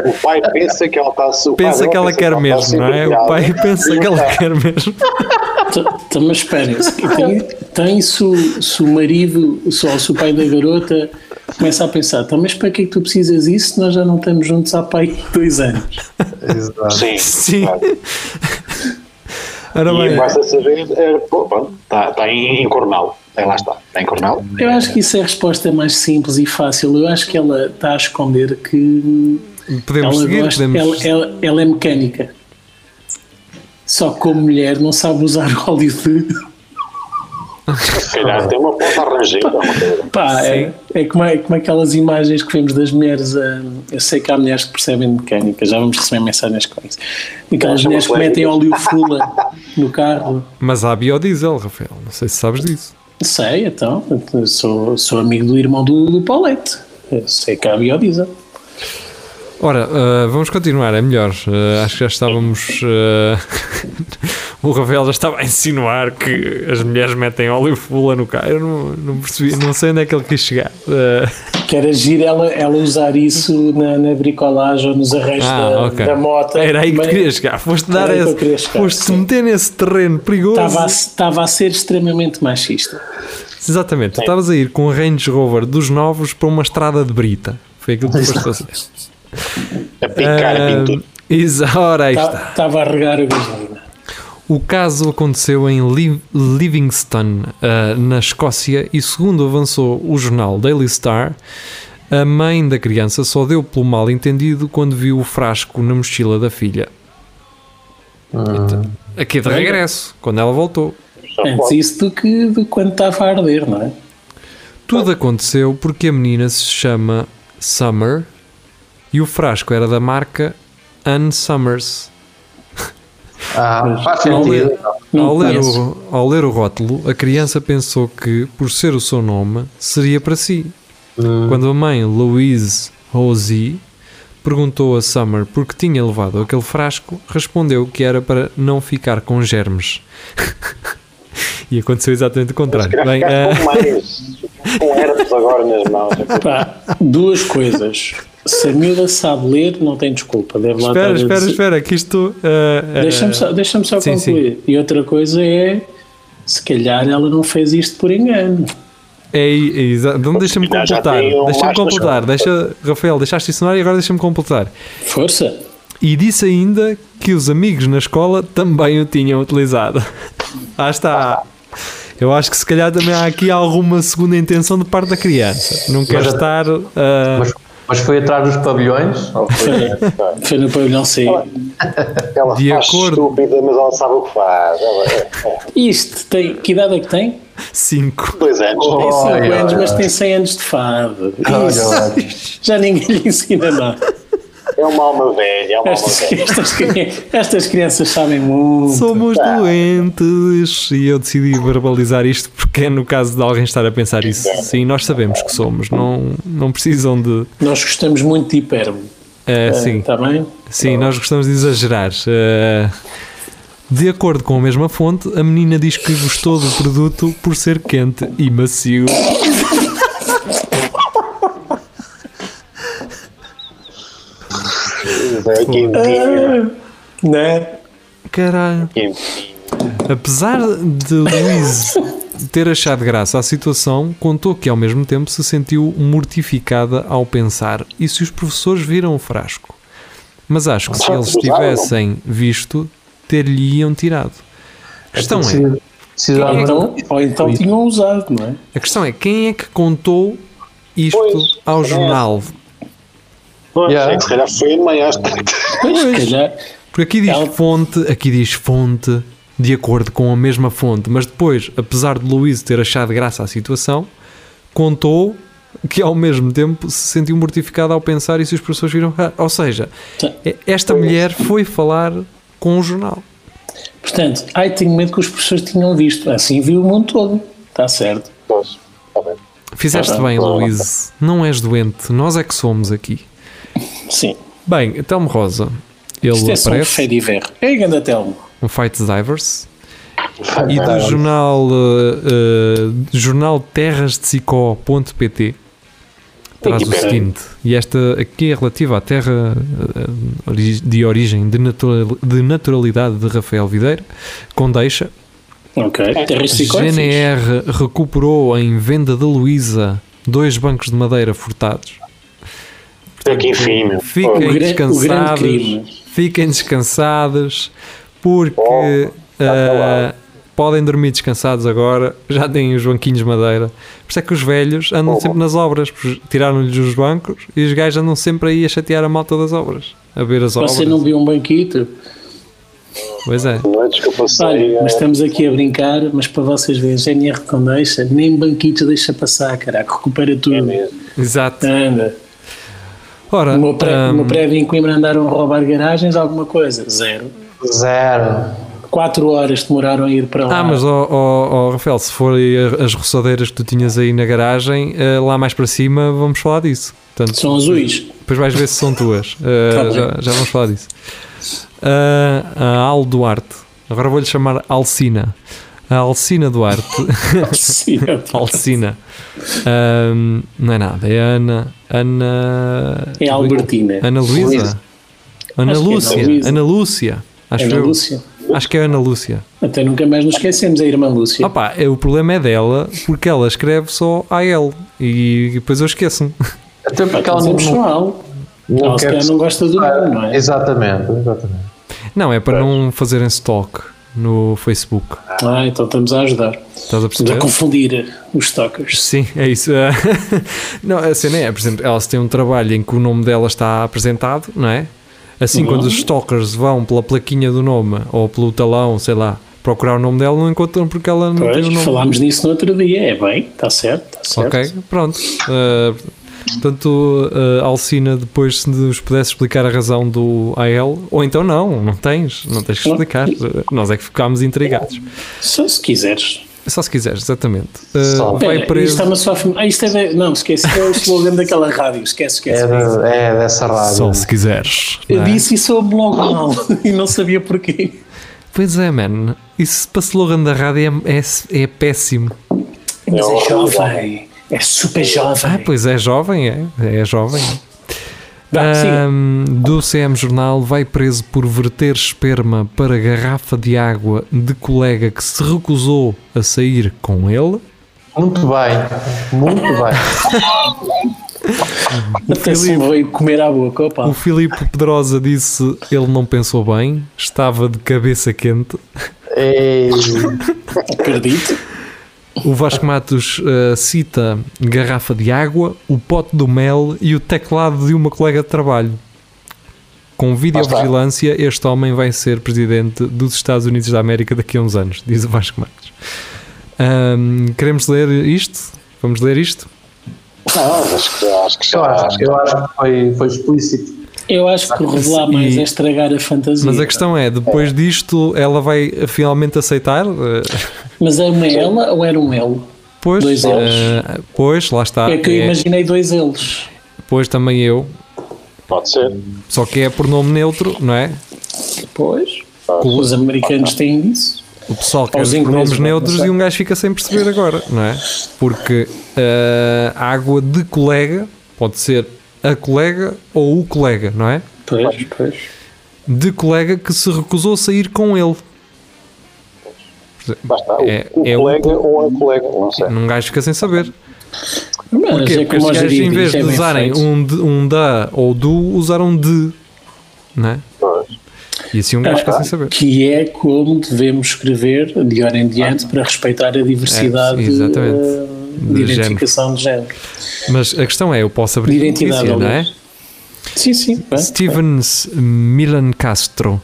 [SPEAKER 4] O pai pensa que ela está a o pai
[SPEAKER 3] Pensa
[SPEAKER 4] dela
[SPEAKER 3] que ela quer
[SPEAKER 4] pensa tá está a
[SPEAKER 3] mesmo,
[SPEAKER 4] ser
[SPEAKER 3] não é? O
[SPEAKER 4] humilhada.
[SPEAKER 3] pai pensa que ela quer mesmo.
[SPEAKER 5] Então, então, mas espera, tem, tem se, o- se o marido, se, ou se o pai da garota começa a pensar, então, mas para que é que tu precisas disso se nós já não estamos juntos há pai de dois anos?
[SPEAKER 6] Exato.
[SPEAKER 4] Sim.
[SPEAKER 3] Sim.
[SPEAKER 4] claro.
[SPEAKER 3] Ora
[SPEAKER 4] E
[SPEAKER 3] bem.
[SPEAKER 4] começa a saber, é, pô, pronto, está tá em, em Cornal. É, lá está, está em Cornal.
[SPEAKER 5] Eu acho que isso é a resposta mais simples e fácil. Eu acho que ela está a esconder que hum,
[SPEAKER 3] Podemos
[SPEAKER 5] ela,
[SPEAKER 3] seguir,
[SPEAKER 5] gosta,
[SPEAKER 3] podemos.
[SPEAKER 5] ela, ela- ela é mecânica. Só que como mulher não sabe usar óleo de.
[SPEAKER 4] Se calhar tem uma ponta arranjada. uma coisa.
[SPEAKER 5] Pá, é, é como, é como aquelas imagens que vemos das mulheres. A, eu sei que há mulheres que percebem de mecânica, já vamos receber mensagens com isso. Aquelas
[SPEAKER 4] Não,
[SPEAKER 5] mulheres que
[SPEAKER 4] não é
[SPEAKER 5] metem
[SPEAKER 4] isso.
[SPEAKER 5] óleo fula no carro.
[SPEAKER 3] Mas há biodiesel, Rafael. Não sei se sabes disso.
[SPEAKER 5] Sei, então. eu Sou, sou amigo do irmão do, do Paulette. Eu sei que há biodiesel.
[SPEAKER 3] Ora, ah, vamos continuar, é melhor. Ah, acho que já estávamos. ah, o Rafael já estava a insinuar que as mulheres metem óleo fula no carro. Eu não, não percebi, não sei onde é que ele quis chegar. Ah,
[SPEAKER 5] Que era giro ela, ela usar isso na, na bricolagem ou nos arranjos da,
[SPEAKER 3] ah, ok.
[SPEAKER 5] da moto.
[SPEAKER 3] Era aí que tu
[SPEAKER 5] Mas
[SPEAKER 3] querias chegar. Foste dar
[SPEAKER 5] Era aí que eu
[SPEAKER 3] esse.
[SPEAKER 5] queria chegar,
[SPEAKER 3] Foste te
[SPEAKER 5] sim.
[SPEAKER 3] meter nesse terreno perigoso.
[SPEAKER 5] Estava a, estava a ser extremamente machista.
[SPEAKER 3] Exatamente. Tu estavas a ir com um Range Rover dos novos para uma estrada de brita. Foi aquilo que tu foste fazer.
[SPEAKER 4] A picar,
[SPEAKER 3] Ah,
[SPEAKER 4] a pintura.
[SPEAKER 3] Exa- Ora, aí está.
[SPEAKER 5] Tá- Estava a regar a gasolina.
[SPEAKER 3] O caso aconteceu em Liv- Livingston, ah, na Escócia, e segundo avançou o jornal Daily Star, a mãe da criança só deu pelo mal entendido quando viu o frasco na mochila da filha. Então, aqui de regresso, quando ela voltou.
[SPEAKER 4] Só
[SPEAKER 5] Antes
[SPEAKER 4] pode.
[SPEAKER 5] isso do que do quando estava a arder, não é?
[SPEAKER 3] Tudo aconteceu porque a menina se chama Summer e o frasco era da marca Ann Summers.
[SPEAKER 6] Ah, faz
[SPEAKER 5] Não
[SPEAKER 6] sentido.
[SPEAKER 5] Não
[SPEAKER 3] Ao ler,
[SPEAKER 5] conheço.
[SPEAKER 3] o, ao ler o rótulo, a criança pensou que, por ser o seu nome, seria para si.
[SPEAKER 4] Hum.
[SPEAKER 3] Quando a mãe, Louise Rosie, perguntou a Summer por que tinha levado aquele frasco, respondeu que era para não ficar com germes. e aconteceu exatamente o contrário.
[SPEAKER 4] Queria
[SPEAKER 3] Bem,
[SPEAKER 4] ficar
[SPEAKER 3] ah,
[SPEAKER 4] com mais. Com herpes agora nas mãos.
[SPEAKER 5] Pá, duas coisas. Se a miúda sabe ler, não tem desculpa. Deve lá
[SPEAKER 3] espera,
[SPEAKER 5] estar a
[SPEAKER 3] espera,
[SPEAKER 5] dizer-
[SPEAKER 3] espera, que isto. ah, ah,
[SPEAKER 5] Deixa-me só, deixa só
[SPEAKER 3] Sim,
[SPEAKER 5] concluir. E outra coisa é, se calhar ela não fez isto por engano.
[SPEAKER 3] É, é exa- então deixa-me
[SPEAKER 4] Já- já
[SPEAKER 3] completar.
[SPEAKER 4] tem um
[SPEAKER 3] Deixa-me
[SPEAKER 4] aspas,
[SPEAKER 3] completar. Deixa, Rafael, deixaste isso no ar e agora deixa-me completar.
[SPEAKER 5] Força.
[SPEAKER 3] E disse ainda que os amigos na escola também o tinham utilizado. Lá está. Eu acho que se calhar também há aqui alguma segunda intenção de parte da criança. Não quer
[SPEAKER 6] Mas-
[SPEAKER 3] estar. ah,
[SPEAKER 6] Mas, mas foi atrás dos pavilhões? Ou foi-
[SPEAKER 5] Foi no pavilhão C.
[SPEAKER 4] Ela
[SPEAKER 3] De
[SPEAKER 4] faz
[SPEAKER 3] acordo.
[SPEAKER 4] estúpida, mas ela sabe o que faz. Ela é, é,
[SPEAKER 5] Isto tem. Que idade é que tem?
[SPEAKER 3] cinco.
[SPEAKER 4] dois anos. é
[SPEAKER 6] Oh.
[SPEAKER 5] Tem 5
[SPEAKER 6] Olha,
[SPEAKER 5] anos,
[SPEAKER 6] olha.
[SPEAKER 5] mas tem 100 anos de fado.
[SPEAKER 6] Olha,
[SPEAKER 5] Isso.
[SPEAKER 6] olha.
[SPEAKER 5] Já ninguém lhe ensina nada.
[SPEAKER 4] É uma alma velha, é uma alma
[SPEAKER 5] Estas,
[SPEAKER 4] velha.
[SPEAKER 5] estas, crianças, estas crianças sabem muito.
[SPEAKER 3] Somos doentes. E eu decidi verbalizar isto porque é no caso de alguém estar a pensar isso. Sim, nós sabemos que somos. Não, não precisam de.
[SPEAKER 5] Nós gostamos muito de hipérbole.
[SPEAKER 6] É.
[SPEAKER 3] ah, sim,
[SPEAKER 5] Está bem?
[SPEAKER 3] sim, nós gostamos de exagerar. ah, Eh, De acordo com a mesma fonte, a menina diz que gostou do produto por ser quente e macio.
[SPEAKER 4] É quentinho.
[SPEAKER 5] Né?
[SPEAKER 3] Caralho.
[SPEAKER 4] quentinho.
[SPEAKER 3] Apesar de Luiz ter achado graça à situação, contou que ao mesmo tempo se sentiu mortificada ao pensar e se os professores viram o frasco. Mas acho que se eles tivessem visto, ter-lhe-iam tirado. A questão é,
[SPEAKER 6] Se- se dá-
[SPEAKER 5] Ou então, ou então tinham usado, não é?
[SPEAKER 3] a questão é quem é que contou isto
[SPEAKER 4] Pois,
[SPEAKER 3] ao
[SPEAKER 4] é.
[SPEAKER 3] jornal?
[SPEAKER 4] Pois,
[SPEAKER 6] Yeah.
[SPEAKER 4] é que se calhar foi a mãe às tantas.
[SPEAKER 5] Pois, se calhar.
[SPEAKER 3] Porque aqui diz
[SPEAKER 5] Ela-
[SPEAKER 3] fonte, aqui diz fonte, de acordo com a mesma fonte, mas depois, apesar de Luís ter achado graça à situação, contou que ao mesmo tempo se sentiu mortificado ao pensar e se os professores viram. "Ah", Ou seja,
[SPEAKER 5] Tá.
[SPEAKER 3] e- esta mulher foi falar com o jornal.
[SPEAKER 5] Portanto, ai, tenho medo que os professores tinham visto. Assim viu o mundo todo. Está certo.
[SPEAKER 4] Pois, tá bem.
[SPEAKER 3] Fizeste bem, Luís. Não és doente, nós é que somos aqui.
[SPEAKER 5] Sim.
[SPEAKER 3] Bem, a Telmo Rosa, ele
[SPEAKER 5] Isto é só um
[SPEAKER 3] aparece,
[SPEAKER 5] feio de verro. É grande Telmo.
[SPEAKER 3] um Fight Divers, e do jornal, eh, eh, jornal terrasdesicó.pt traz o
[SPEAKER 4] Wikipedia.
[SPEAKER 3] seguinte, e esta aqui é relativa à terra eh, ori- de origem de, natural- de naturalidade de Rafael Videira, Condeixa.
[SPEAKER 5] Ok. Terrasticóis.
[SPEAKER 3] GNR recuperou em venda da Luísa dois bancos de madeira furtados.
[SPEAKER 4] Até que enfim, meu.
[SPEAKER 3] Fiquem
[SPEAKER 5] O gran- o grande crime.
[SPEAKER 3] descansados. Fiquem descansados porque
[SPEAKER 4] Oh,
[SPEAKER 3] ah,
[SPEAKER 4] calado.
[SPEAKER 3] podem dormir descansados agora. Já têm os banquinhos de madeira. Por isso é que os velhos andam
[SPEAKER 4] Oh.
[SPEAKER 3] sempre nas obras. porque Tiraram-lhes os bancos e os gajos andam sempre aí a chatear a malta das obras. A ver as obras.
[SPEAKER 5] Você não viu um banquito?
[SPEAKER 3] Pois é.
[SPEAKER 4] Não é desculpa sei,
[SPEAKER 5] Olha,
[SPEAKER 4] é-
[SPEAKER 5] mas estamos aqui a brincar, mas para vocês verem, GNR com deixa, nem banquito deixa passar, caraca, recupera tudo.
[SPEAKER 3] Exato.
[SPEAKER 5] Anda.
[SPEAKER 3] Ora,
[SPEAKER 5] No meu pré-
[SPEAKER 3] ah,
[SPEAKER 5] no meu prédio em Coimbra andaram a roubar garagens, alguma coisa? Zero.
[SPEAKER 6] Zero.
[SPEAKER 5] Quatro horas demoraram a ir para lá.
[SPEAKER 3] Ah, mas ó ó, ó, Rafael, se forem a- as roçadeiras que tu tinhas aí na garagem, eh, lá mais para cima vamos falar disso. Portanto,
[SPEAKER 5] São azuis.
[SPEAKER 3] depois vais ver se são tuas. Eh,
[SPEAKER 5] Tá bem.
[SPEAKER 3] já, já vamos falar disso. Ah, a Al Duarte, agora vou-lhe chamar Alcina. A Alcina Duarte.
[SPEAKER 5] Sim,
[SPEAKER 3] Alcina. Ahm, não é nada, é Ana. Ana.
[SPEAKER 5] é Albertina.
[SPEAKER 3] Ana Luísa? Ana
[SPEAKER 5] Acho que é Ana
[SPEAKER 3] Lúcia.
[SPEAKER 5] Luísa.
[SPEAKER 3] Ana Lúcia. Acho
[SPEAKER 5] Ana
[SPEAKER 3] eu.
[SPEAKER 5] É Lúcia.
[SPEAKER 3] Acho que é Ana Lúcia.
[SPEAKER 5] Até nunca mais nos esquecemos, a irmã Lúcia.
[SPEAKER 3] Opa, é, o problema é dela porque ela escreve só AL e depois eu esqueço-me.
[SPEAKER 6] Até porque
[SPEAKER 5] Aquela
[SPEAKER 6] ela não,
[SPEAKER 5] não pessoal.
[SPEAKER 6] não
[SPEAKER 5] Ela se
[SPEAKER 6] quer
[SPEAKER 5] calhar não gosta do nome,
[SPEAKER 3] Ah,
[SPEAKER 5] não é?
[SPEAKER 6] Exatamente, exatamente.
[SPEAKER 3] Não, é para não fazerem stalk no Facebook.
[SPEAKER 5] Ah, então estamos a ajudar.
[SPEAKER 3] Estás a
[SPEAKER 5] Estamos a
[SPEAKER 3] perceber?
[SPEAKER 5] confundir os stalkers.
[SPEAKER 3] Sim, é isso. não, a cena é, por exemplo, ela se tem um trabalho em que o nome dela está apresentado, não é? Assim, quando os stalkers vão pela plaquinha do nome ou pelo talão, sei lá, procurar o nome dela, não encontram porque ela não tem
[SPEAKER 5] Pois,
[SPEAKER 3] o nome.
[SPEAKER 5] falámos nisso no outro dia. É bem, está certo, está certo.
[SPEAKER 3] Ok, pronto. Uh, portanto, uh, Alcina, depois se nos pudesse explicar a razão do AL, ou então não, não tens, não tens que explicar. Uh, Nós é que ficámos intrigados.
[SPEAKER 5] Só se quiseres.
[SPEAKER 3] Só se quiseres, exatamente. Uh,
[SPEAKER 6] Só.
[SPEAKER 3] vai
[SPEAKER 5] Espera, isto
[SPEAKER 3] preso.
[SPEAKER 5] está-me só a fam- Ah, isto é da- Não, esquece, é o slogan daquela rádio. Esquece, esquece.
[SPEAKER 6] É, da- é dessa rádio.
[SPEAKER 3] Só se quiseres.
[SPEAKER 5] Eu
[SPEAKER 3] não é?
[SPEAKER 5] disse isso soube logo mal e não sabia porquê.
[SPEAKER 3] Pois é, man. Isso para slogan da rádio é, é- é péssimo.
[SPEAKER 5] Mas é
[SPEAKER 4] horrível.
[SPEAKER 5] jovem, é super jovem.
[SPEAKER 3] Ah, pois é, jovem, é. É jovem.
[SPEAKER 5] Vá, Tá,
[SPEAKER 3] ah,
[SPEAKER 5] siga.
[SPEAKER 3] Ahm, do CM Jornal vai preso por verter esperma para garrafa de água de colega que se recusou a sair com ele.
[SPEAKER 6] Muito bem, muito bem.
[SPEAKER 5] Até se me veio comer à boca, opa.
[SPEAKER 3] O Filipe Pedrosa disse ele não pensou bem, estava de cabeça quente.
[SPEAKER 6] Ei,
[SPEAKER 5] Acredito.
[SPEAKER 3] O Vasco Matos ah, cita garrafa de água, o pote do mel e o teclado de uma colega de trabalho. Com videovigilância, este homem vai ser presidente dos Estados Unidos da América daqui a uns anos, diz o Vasco Matos. Ahm, queremos ler isto? Vamos ler isto?
[SPEAKER 4] Não, Ah, acho que, acho que
[SPEAKER 6] eu,
[SPEAKER 4] já. Acho
[SPEAKER 6] acho, eu acho que foi, foi explícito.
[SPEAKER 5] Eu acho que revelar mais
[SPEAKER 3] E-
[SPEAKER 5] é estragar a fantasia.
[SPEAKER 3] Mas a questão é, depois disto, ela vai ah, finalmente aceitar? Ah,
[SPEAKER 5] Mas é uma ela ou era um elo?
[SPEAKER 3] pois,
[SPEAKER 5] Dois eles.
[SPEAKER 3] ah, pois, lá está.
[SPEAKER 5] é que eu
[SPEAKER 3] É,
[SPEAKER 5] imaginei dois eles.
[SPEAKER 3] pois também eu.
[SPEAKER 4] que pode ser.
[SPEAKER 3] Só que é por nome neutro, não é?
[SPEAKER 5] Pois. Os americanos têm isso.
[SPEAKER 3] O pessoal quer
[SPEAKER 5] Aos
[SPEAKER 3] os
[SPEAKER 5] ingleses,
[SPEAKER 3] nomes
[SPEAKER 5] não,
[SPEAKER 3] neutros
[SPEAKER 5] não
[SPEAKER 3] e
[SPEAKER 5] sei.
[SPEAKER 3] um gajo fica sem perceber agora, não é? Porque eh, a água de colega pode ser a colega ou o colega, não é?
[SPEAKER 5] Pois, pois.
[SPEAKER 3] De colega que se recusou a sair com ele.
[SPEAKER 4] Basta,
[SPEAKER 3] É-
[SPEAKER 4] o, o
[SPEAKER 3] é o-
[SPEAKER 4] colega ou a colega, não sei.
[SPEAKER 3] Um gajo fica sem saber.
[SPEAKER 5] Mas
[SPEAKER 3] Porquê?
[SPEAKER 5] é
[SPEAKER 3] Porque os
[SPEAKER 5] como
[SPEAKER 3] gajos, em vez
[SPEAKER 5] diz, é
[SPEAKER 3] de
[SPEAKER 5] bem
[SPEAKER 3] usarem
[SPEAKER 5] feito.
[SPEAKER 3] um, de- um da ou do, usaram de. Não é?
[SPEAKER 4] Pois.
[SPEAKER 3] E assim um gajo fica sem saber.
[SPEAKER 5] Que é como devemos escrever de hora em diante para respeitar a diversidade
[SPEAKER 3] É, exatamente.
[SPEAKER 5] eh, de,
[SPEAKER 3] De
[SPEAKER 5] identificação de género.
[SPEAKER 3] Mas a questão é: eu posso abrir
[SPEAKER 5] De identidade,
[SPEAKER 3] notícia, não é?
[SPEAKER 5] aliás. Sim, sim. bem.
[SPEAKER 3] Stevens Milan Castro,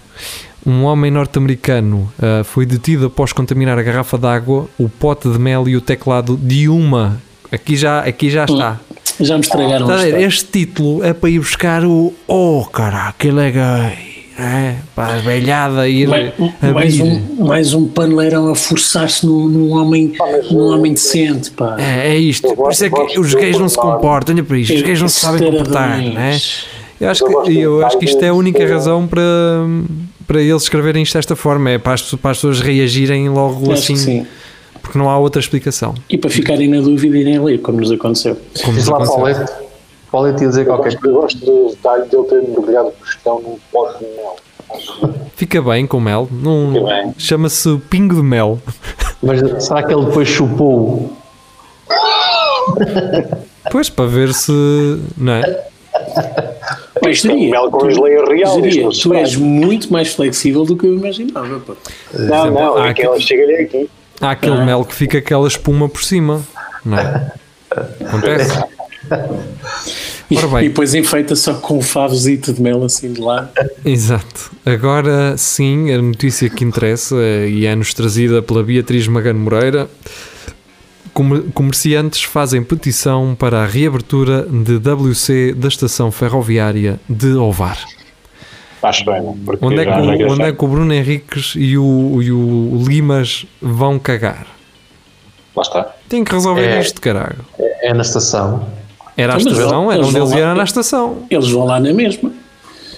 [SPEAKER 3] um homem norte-americano, ah, foi detido após contaminar a garrafa d'água, o pote de mel e o teclado de uma. Aqui já, aqui já está.
[SPEAKER 5] Já me estragaram
[SPEAKER 3] Está a
[SPEAKER 5] a
[SPEAKER 3] ver?
[SPEAKER 5] história.
[SPEAKER 3] Este título é para ir buscar o Oh, caraca, ele é gay. É, para a velhada ir
[SPEAKER 5] Mais, é mais
[SPEAKER 3] abrir.
[SPEAKER 5] um, mais um paneleirão a forçar-se num, num homem,
[SPEAKER 4] Ah,
[SPEAKER 5] num homem decente, pá.
[SPEAKER 3] É, é isto. Por isso é que
[SPEAKER 4] gosto
[SPEAKER 3] os
[SPEAKER 4] do
[SPEAKER 3] gays não se
[SPEAKER 4] Bolsonaro.
[SPEAKER 3] comportam. Olha para isto.
[SPEAKER 5] É
[SPEAKER 3] Os gays não se sabem comportar, não é?
[SPEAKER 5] Estaradões.
[SPEAKER 3] Eu acho,
[SPEAKER 4] Eu gosto
[SPEAKER 3] que, eu
[SPEAKER 4] do
[SPEAKER 3] acho que isto é a
[SPEAKER 4] Biden,
[SPEAKER 3] única
[SPEAKER 4] eu-
[SPEAKER 3] razão para, para eles escreverem isto desta forma, é para as, para as pessoas reagirem logo
[SPEAKER 5] Acho que
[SPEAKER 3] assim,
[SPEAKER 5] sim.
[SPEAKER 3] porque não há outra explicação.
[SPEAKER 5] E para ficarem na dúvida, irem ler, como nos aconteceu.
[SPEAKER 3] Como
[SPEAKER 6] Diz
[SPEAKER 3] nos
[SPEAKER 6] lá para o
[SPEAKER 3] aconteceu.
[SPEAKER 6] Leite. Para o Leite ia dizer
[SPEAKER 4] Eu
[SPEAKER 6] qualquer
[SPEAKER 4] gosto, eu gosto do detalhe dele ter mergulhado o questão num pote de mel.
[SPEAKER 3] Fica bem com mel, não-
[SPEAKER 4] Fica bem.
[SPEAKER 3] chama-se pingo de mel.
[SPEAKER 6] coisa. Mas será que ele depois chupou?
[SPEAKER 3] Pois, para ver se. Não é?
[SPEAKER 5] Pois
[SPEAKER 4] Isto é um
[SPEAKER 5] diria,
[SPEAKER 4] mel com
[SPEAKER 5] tu-
[SPEAKER 4] geleia real.
[SPEAKER 5] diria,
[SPEAKER 4] isto não se
[SPEAKER 5] tu
[SPEAKER 4] faz.
[SPEAKER 5] és muito mais flexível do que eu imaginava, pá.
[SPEAKER 4] Não, não,
[SPEAKER 3] Há
[SPEAKER 4] é que ela chega-lhe aqui.
[SPEAKER 3] Há aquele mel que fica aquela espuma por cima, não é? Acontece.
[SPEAKER 5] E,
[SPEAKER 3] Ora bem.
[SPEAKER 5] e depois enfeita só com um favozito de mel assim de lá.
[SPEAKER 3] Exato. Agora sim, a notícia que interessa eh, e é-nos trazida pela Beatriz Magano Moreira. Comer- Comerciantes fazem petição para a reabertura de WC da estação ferroviária de Ovar.
[SPEAKER 2] Acho bem, não? Porque
[SPEAKER 3] Onde é que,
[SPEAKER 2] já não
[SPEAKER 3] o, onde é
[SPEAKER 2] engraçado.
[SPEAKER 3] que o Bruno Henriques e o, e o Limas vão cagar?
[SPEAKER 2] Lá está.
[SPEAKER 3] Tem que resolver
[SPEAKER 6] É.
[SPEAKER 3] isto, caralho.
[SPEAKER 6] É na estação.
[SPEAKER 3] Era a
[SPEAKER 5] Mas
[SPEAKER 3] estação, era
[SPEAKER 5] eles- eles
[SPEAKER 3] onde
[SPEAKER 5] vão
[SPEAKER 3] eles
[SPEAKER 5] lá.
[SPEAKER 3] eram na estação.
[SPEAKER 5] Eles vão lá na mesma.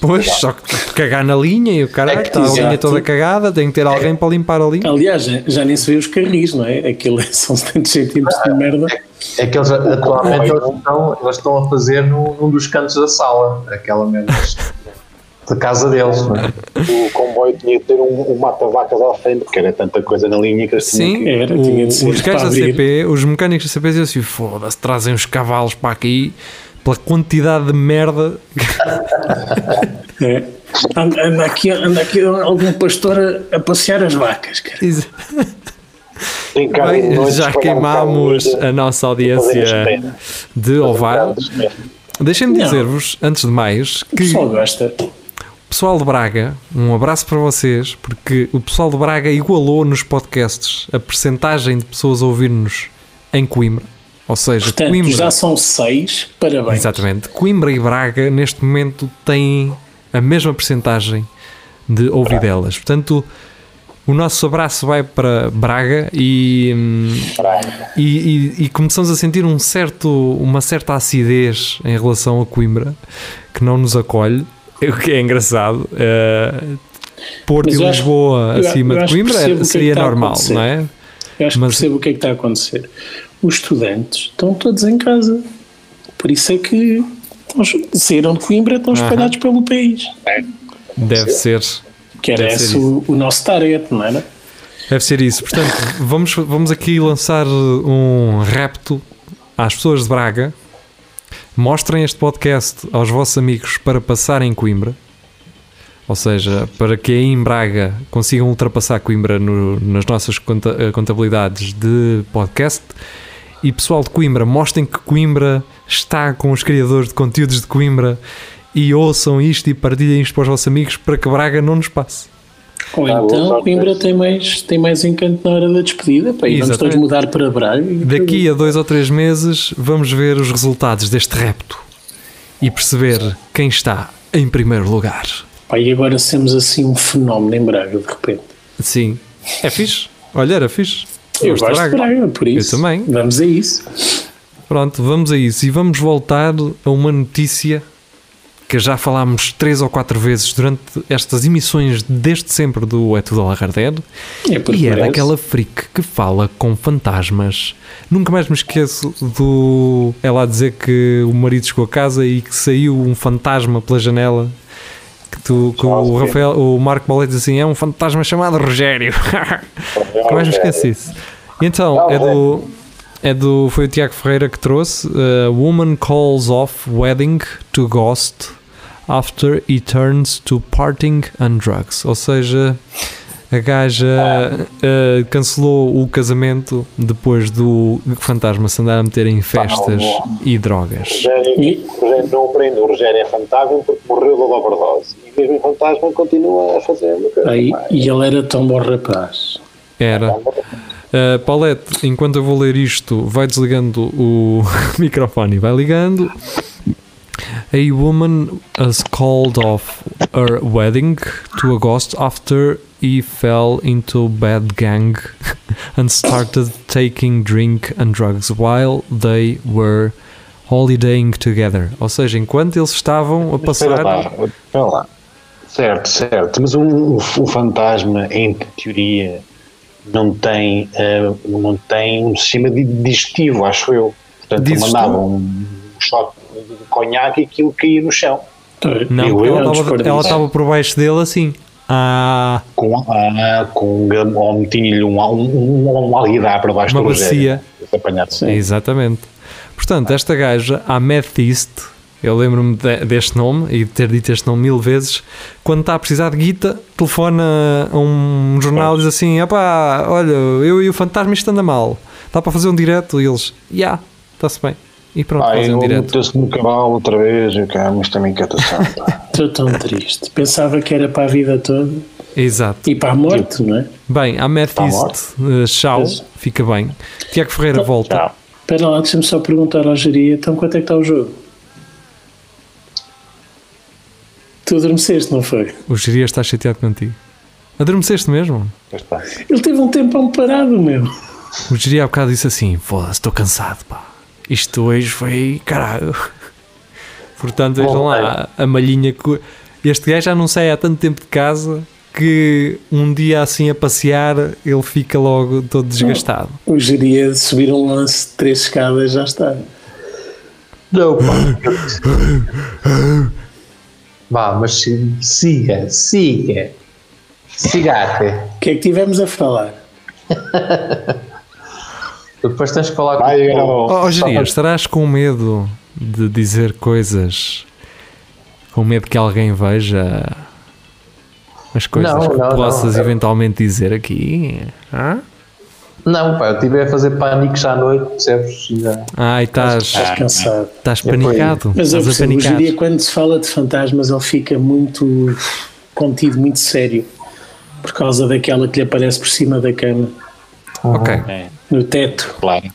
[SPEAKER 3] Pois, só que cagar na linha e o caralho,
[SPEAKER 6] É que
[SPEAKER 3] está a linha
[SPEAKER 5] exato.
[SPEAKER 3] toda cagada, tem que ter alguém para limpar a linha.
[SPEAKER 5] Aliás, já, já nem se vê os carris, não é? Aquilo são 70 centímetros de merda.
[SPEAKER 6] É que eles atualmente eles estão, eles estão a fazer num, num dos cantos da sala, aquela menos da casa deles. não é?
[SPEAKER 4] O comboio tinha que ter um, um mata-vacas à frente, porque era tanta coisa na linha que eles tinham
[SPEAKER 3] Sim,
[SPEAKER 4] que...
[SPEAKER 5] Era,
[SPEAKER 3] o-
[SPEAKER 5] tinha de ser
[SPEAKER 3] os gajos
[SPEAKER 5] para
[SPEAKER 3] da
[SPEAKER 5] abrir.
[SPEAKER 3] CP, os mecânicos da CP diziam assim: foda-se, trazem os cavalos para aqui pela quantidade de merda.
[SPEAKER 5] É. Anda, anda aqui, anda aqui algum pastor a, a passear as vacas, cara.
[SPEAKER 4] Tem carro de
[SPEAKER 3] Bem,
[SPEAKER 4] noite,
[SPEAKER 3] já
[SPEAKER 4] pagar um
[SPEAKER 3] queimámos
[SPEAKER 4] carro de-
[SPEAKER 3] a nossa
[SPEAKER 4] fazer
[SPEAKER 3] audiência
[SPEAKER 4] as pernas.
[SPEAKER 3] de
[SPEAKER 4] um
[SPEAKER 3] Ovar. Deixem-me
[SPEAKER 5] Não.
[SPEAKER 3] dizer-vos, antes de mais,
[SPEAKER 5] O
[SPEAKER 3] que
[SPEAKER 5] pessoal
[SPEAKER 3] o
[SPEAKER 5] gosta.
[SPEAKER 3] pessoal de Braga, um abraço para vocês, porque o pessoal de Braga igualou nos podcasts a percentagem de pessoas a ouvir-nos em Coimbra. Ou seja,
[SPEAKER 5] Portanto,
[SPEAKER 3] Coimbra.
[SPEAKER 5] já são seis, parabéns.
[SPEAKER 3] Exatamente. Coimbra e Braga, neste momento, têm a mesma percentagem de ouvidelas. Portanto, o nosso abraço vai para Braga e, hum, e, e- e começamos a sentir um certo, uma certa acidez em relação a Coimbra, que não nos acolhe, o que é engraçado. Eh, Porto
[SPEAKER 5] Mas
[SPEAKER 3] e
[SPEAKER 5] eu acho-
[SPEAKER 3] Lisboa
[SPEAKER 5] eu-
[SPEAKER 3] acima
[SPEAKER 5] eu
[SPEAKER 3] de
[SPEAKER 5] acho que
[SPEAKER 3] Coimbra
[SPEAKER 5] percebo o que é que
[SPEAKER 3] seria
[SPEAKER 5] está a
[SPEAKER 3] normal,
[SPEAKER 5] acontecer.
[SPEAKER 3] não é?
[SPEAKER 5] Eu acho
[SPEAKER 3] Mas-
[SPEAKER 5] que percebo o que é que está a acontecer. Os estudantes estão todos em casa. Por isso é que estão- saíram de Coimbra estão espalhados pelo país.
[SPEAKER 3] Deve ser.
[SPEAKER 5] Que era
[SPEAKER 3] Deve ser
[SPEAKER 5] esse o, o nosso target, não era?
[SPEAKER 3] Deve ser isso. Portanto, vamos, vamos aqui lançar um repto às pessoas de Braga. Mostrem este podcast aos vossos amigos para passarem Coimbra. Ou seja, para que aí em Braga consigam ultrapassar Coimbra no- nas nossas conta- eh, contabilidades de podcast. E pessoal de Coimbra, mostrem que Coimbra está com os criadores de conteúdos de Coimbra e ouçam isto e partilhem isto para os vossos amigos para que Braga não nos passe.
[SPEAKER 5] Ou
[SPEAKER 4] Ah, boa
[SPEAKER 5] então
[SPEAKER 4] sorte.
[SPEAKER 5] Coimbra tem mais, tem mais encanto na hora da despedida. Pá, e vamos
[SPEAKER 3] Exatamente.
[SPEAKER 5] todos mudar para Braga. e-
[SPEAKER 3] Daqui a dois ou três meses vamos ver os resultados deste repto e perceber quem está em primeiro lugar.
[SPEAKER 5] Pá, e agora somos assim um fenómeno em Braga, de repente.
[SPEAKER 3] Sim. É fixe. Olha, era fixe.
[SPEAKER 5] Eu
[SPEAKER 3] Gosto de
[SPEAKER 5] gosto de Braga, por isso.
[SPEAKER 3] também.
[SPEAKER 5] Vamos a isso.
[SPEAKER 3] Pronto, vamos a isso. E vamos voltar a uma notícia que já falámos três ou quatro vezes durante estas emissões desde sempre do É Tudo Alagarder.
[SPEAKER 5] É porque
[SPEAKER 3] E era
[SPEAKER 5] merece.
[SPEAKER 3] aquela freak que fala com fantasmas. Nunca mais me esqueço do ela a dizer que o marido chegou a casa e que saiu um fantasma pela janela. Que, tu, que
[SPEAKER 2] Charles
[SPEAKER 3] o
[SPEAKER 2] Dickens.
[SPEAKER 3] Rafael, o Marco Ballet diz assim: é um fantasma chamado Rogério. Nunca mais me esqueço disso. E então, é do. É do, foi o Tiago Ferreira que trouxe uh, Woman calls off wedding to ghost after he turns to parting and drugs. Ou seja, a gaja uh, cancelou o casamento depois do fantasma se andar a meter em festas e drogas.
[SPEAKER 5] E-
[SPEAKER 4] Rogério, Rogério não prende, o Rogério é fantasma porque morreu de overdose. E mesmo o fantasma continua a fazer uma coisa. é?
[SPEAKER 5] Aí,
[SPEAKER 4] mais.
[SPEAKER 5] e ele era tão bom rapaz.
[SPEAKER 3] Era. Uh, Paulette, enquanto eu vou ler isto, vai desligando o microfone e vai ligando. A woman has called off her wedding to a ghost after he fell into bad gang and started taking drink and drugs while they were holidaying together. Ou seja, enquanto eles estavam a
[SPEAKER 2] Espera lá,
[SPEAKER 3] passar.
[SPEAKER 2] espera lá.
[SPEAKER 4] Certo, certo. Mas um, um fantasma, em teoria, não tem, eh, não tem um sistema di- digestivo, acho eu. Portanto,
[SPEAKER 3] Dizes tu?
[SPEAKER 4] mandava um shot de conhaque e aquilo caía no chão.
[SPEAKER 3] Não,
[SPEAKER 5] Eu- eu-
[SPEAKER 3] ela
[SPEAKER 5] é um
[SPEAKER 3] estava- ela
[SPEAKER 5] desperdício.
[SPEAKER 3] estava por baixo dele assim. Ah,
[SPEAKER 4] Com, ah, com um gam- ou metinha-lhe um, um, um, um alguidar para baixo
[SPEAKER 3] Uma
[SPEAKER 4] do Rogério.
[SPEAKER 3] bacia.
[SPEAKER 4] Se apanhasse.
[SPEAKER 2] É.
[SPEAKER 3] Exatamente. Portanto, esta gaja, a Amethyst, eu lembro-me de- deste nome e de ter dito este nome mil vezes, quando está a precisar de guita, telefona a um jornal e diz assim: opá, olha, eu e o fantasma isto anda mal, dá para fazer um direto? E eles, já, está-se bem. E pronto,
[SPEAKER 2] Ai,
[SPEAKER 3] fazem um
[SPEAKER 2] Ah, eu
[SPEAKER 3] direto.
[SPEAKER 2] meteu-se no cavalo outra vez, eu
[SPEAKER 4] é
[SPEAKER 2] cá, mas também inquietação. pá.
[SPEAKER 5] Estou tão triste. Pensava que era para a vida toda
[SPEAKER 3] Exato.
[SPEAKER 5] e para a morte, não é?
[SPEAKER 3] Bem, a Amethyst,
[SPEAKER 2] morto?
[SPEAKER 3] eh, tchau,
[SPEAKER 5] Pois.
[SPEAKER 3] fica bem. Tiago Ferreira volta.
[SPEAKER 2] Tchau.
[SPEAKER 5] Tá. Espera lá, deixa-me só perguntar ao Jeria, então quanto é que está o jogo? Tu adormeceste, não foi?
[SPEAKER 3] O Geria está chateado contigo. Adormeceste mesmo?
[SPEAKER 2] Pois está.
[SPEAKER 5] Ele teve um tempão parado, meu.
[SPEAKER 3] O Jiri há bocado disse assim: Foda-se, estou cansado, pá. Isto hoje foi caralho. Portanto, vejam lá a malhinha que. Este gajo já não sai há tanto tempo de casa que um dia assim a passear ele fica logo todo desgastado.
[SPEAKER 5] O Jeria de subir um lance de três escadas já está.
[SPEAKER 6] Não, pá. Vá, mas si- siga, siga. Siga-te.
[SPEAKER 5] O que é que tivemos a falar?
[SPEAKER 6] Tu Depois tens de falar com
[SPEAKER 2] Vai,
[SPEAKER 6] o
[SPEAKER 2] eu-
[SPEAKER 3] Ó oh, estarás com medo de dizer coisas? Com medo que alguém veja as coisas
[SPEAKER 6] Não,
[SPEAKER 3] que
[SPEAKER 6] não, não.
[SPEAKER 3] possas eventualmente dizer aqui? Hã?
[SPEAKER 6] Não, pá, eu estive a fazer pânicos à noite, percebes? Já.
[SPEAKER 3] Ai, estás.
[SPEAKER 6] Ah,
[SPEAKER 5] Estás cansado.
[SPEAKER 3] Estás panicado.
[SPEAKER 5] Mas eu
[SPEAKER 3] Estás a
[SPEAKER 5] percebo, o
[SPEAKER 3] panicar.
[SPEAKER 5] Jeria, quando se fala de fantasmas, ele fica muito contido, muito sério. Por causa daquela que lhe aparece por cima da cama,
[SPEAKER 3] Ok.
[SPEAKER 5] no teto.
[SPEAKER 2] Claro.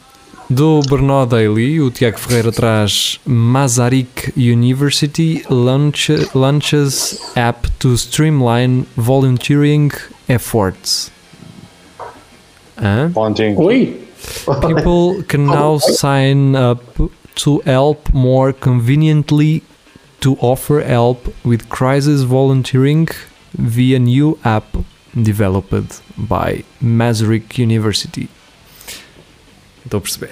[SPEAKER 3] Do Bernard Daily, o Tiago Ferreira traz Masaryk University launch, launches app to streamline volunteering efforts. Hã?
[SPEAKER 2] Ontem,
[SPEAKER 5] Oi!
[SPEAKER 3] People can now sign up to help more conveniently to offer help with crisis volunteering via new app developed by Masaryk University. Estou a perceber.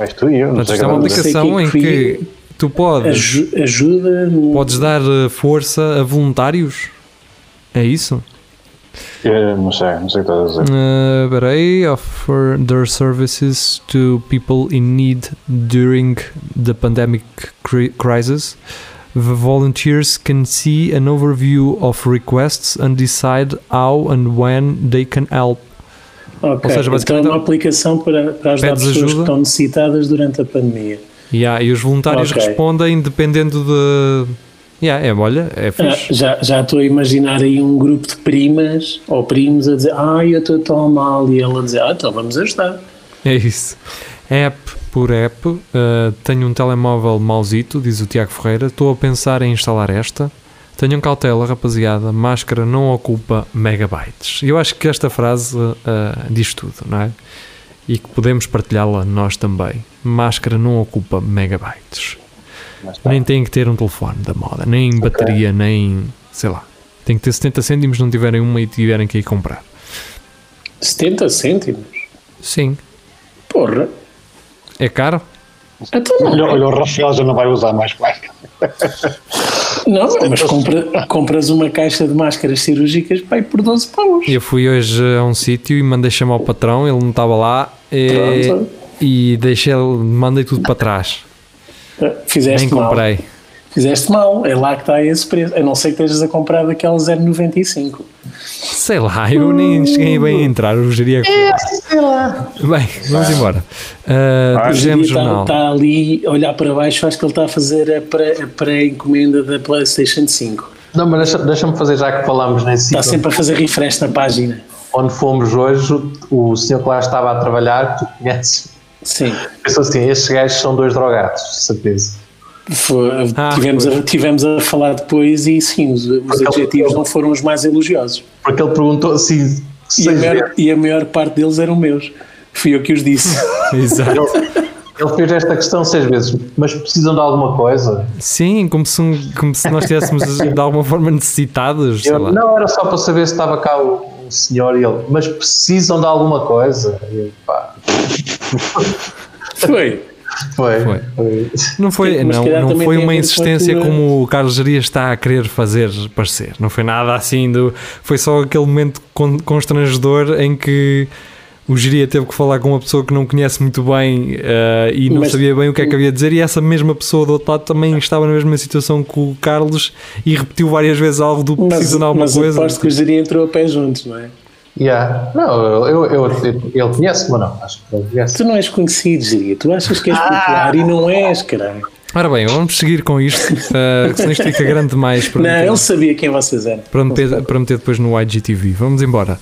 [SPEAKER 2] és tu e eu, não
[SPEAKER 3] Portanto,
[SPEAKER 2] sei o que
[SPEAKER 3] isto é uma
[SPEAKER 2] vamos dizer.
[SPEAKER 3] aplicação em que tu podes,
[SPEAKER 5] Aju- ajuda no...
[SPEAKER 3] podes dar eh, força a voluntários. É isso?
[SPEAKER 2] Eu Não sei, não sei o que estás a dizer.
[SPEAKER 3] Uh, but I offer their services to people in need during the pandemic cri- crisis. The volunteers can see an overview of requests and decide how and when they can help.
[SPEAKER 5] Ok,
[SPEAKER 3] Ou seja,
[SPEAKER 5] então é
[SPEAKER 3] basicamente-
[SPEAKER 5] uma aplicação para, para ajudar
[SPEAKER 3] Pedes
[SPEAKER 5] pessoas que
[SPEAKER 3] ajuda?
[SPEAKER 5] estão necessitadas durante a pandemia.
[SPEAKER 3] Yeah, e os voluntários
[SPEAKER 5] Ok.
[SPEAKER 3] respondem dependendo de. Yeah, é, olha, é
[SPEAKER 5] Ah,
[SPEAKER 3] fixe.
[SPEAKER 5] já, já estou a imaginar aí um grupo de primas ou primos a dizer ai, eu estou tão mal e ela a dizer ah, então vamos ajudar.
[SPEAKER 3] É isso. App por app. uh, tenho um telemóvel mauzito, diz o Tiago Ferreira. Estou a pensar em instalar esta. Tenham cautela, rapaziada. Máscara não ocupa megabytes. Eu acho que esta frase uh, diz tudo, não é? E que podemos partilhá-la nós também. Máscara não ocupa megabytes. nem têm que ter um telefone da moda, nem bateria, nem sei lá. Tem que ter 70 cêntimos, não tiverem uma e tiverem que ir comprar.
[SPEAKER 5] 70 cêntimos?
[SPEAKER 3] Sim.
[SPEAKER 5] Porra.
[SPEAKER 3] É caro?
[SPEAKER 5] Então não.
[SPEAKER 4] Olha, olha, o Rafael já não vai usar mais, vai.
[SPEAKER 5] Não, mas compra- compras uma caixa de máscaras cirúrgicas pai, por 12 paus.
[SPEAKER 3] Eu fui hoje a um sítio e mandei chamar o patrão, ele não estava lá e,
[SPEAKER 5] Pronto.
[SPEAKER 3] e deixei, mandei tudo para trás.
[SPEAKER 5] Ah, Fizeste
[SPEAKER 3] Nem
[SPEAKER 5] mal.
[SPEAKER 3] comprei.
[SPEAKER 5] Fizeste mal. É lá que está esse preço. A não ser que estejas a comprar daquela 0,95.
[SPEAKER 3] Sei lá, eu nem cheguei bem a entrar, eu diria que. Bem, vamos embora. Uh,
[SPEAKER 5] Hoje em
[SPEAKER 3] Dizemos
[SPEAKER 5] dia está,
[SPEAKER 3] jornal.
[SPEAKER 5] está ali a olhar para baixo, acho que ele está a fazer a pré- a pré-encomenda da PlayStation 5.
[SPEAKER 6] Não, mas deixa- deixa-me fazer, já que falámos nesse
[SPEAKER 5] Está
[SPEAKER 6] sítio
[SPEAKER 5] Tá sempre a fazer refresh na página.
[SPEAKER 6] onde fomos hoje, o, o senhor que lá estava a trabalhar, que tu conheces,
[SPEAKER 5] Sim.
[SPEAKER 6] pensou assim: estes gajos são dois drogados, de certeza.
[SPEAKER 5] Foi-
[SPEAKER 3] Ah,
[SPEAKER 5] tivemos, a, tivemos a falar depois e sim, os, os
[SPEAKER 6] ele-
[SPEAKER 5] adjetivos não foram os mais elogiosos.
[SPEAKER 6] Porque ele perguntou assim:
[SPEAKER 5] E a,
[SPEAKER 6] seis
[SPEAKER 5] maior,
[SPEAKER 6] vezes.
[SPEAKER 5] e a maior parte deles eram meus. Fui eu que os disse.
[SPEAKER 3] Exato.
[SPEAKER 6] ele fez esta questão seis vezes, mas precisam de alguma coisa?
[SPEAKER 3] Sim, como se, um- como se nós estivéssemos de alguma forma necessitados. Sei
[SPEAKER 6] Eu,
[SPEAKER 3] lá.
[SPEAKER 6] não, era só para saber se estava cá o, o senhor e ele, mas precisam de alguma coisa? E eu, pá,
[SPEAKER 5] Foi.
[SPEAKER 3] Foi.
[SPEAKER 6] foi. foi.
[SPEAKER 3] Não foi,
[SPEAKER 5] Mas se
[SPEAKER 3] não,
[SPEAKER 5] calhar
[SPEAKER 3] não
[SPEAKER 5] também
[SPEAKER 3] foi
[SPEAKER 5] tem a
[SPEAKER 3] uma
[SPEAKER 5] ver com
[SPEAKER 3] insistência
[SPEAKER 5] aquilo-
[SPEAKER 3] como o Carlos Geria está a querer fazer parecer. Não foi nada assim do. Foi só aquele momento con- constrangedor em que o Geria teve que falar com uma pessoa que não conhece muito bem eh, e não
[SPEAKER 5] Mas-
[SPEAKER 3] sabia bem o que é que havia de dizer, e essa mesma pessoa do outro lado também estava na mesma situação que o Carlos e repetiu várias vezes algo do
[SPEAKER 5] Mas,
[SPEAKER 3] preciso de alguma
[SPEAKER 5] mas
[SPEAKER 3] coisa.
[SPEAKER 5] aposto que o Jiri entrou a pé juntos, não é?
[SPEAKER 6] Yeah. Não, eu, eu, eu- ele conhece, mas não, acho que ele conhece.
[SPEAKER 5] Tu não és conhecido, Jiri. Tu achas que és popular e não és, caralho.
[SPEAKER 3] Ora bem, vamos seguir com isto, eh, que senão isto fica grande demais para
[SPEAKER 5] Não,
[SPEAKER 3] meter-
[SPEAKER 5] ele sabia quem vocês eram.
[SPEAKER 3] para meter, para meter depois no IGTV. Vamos embora.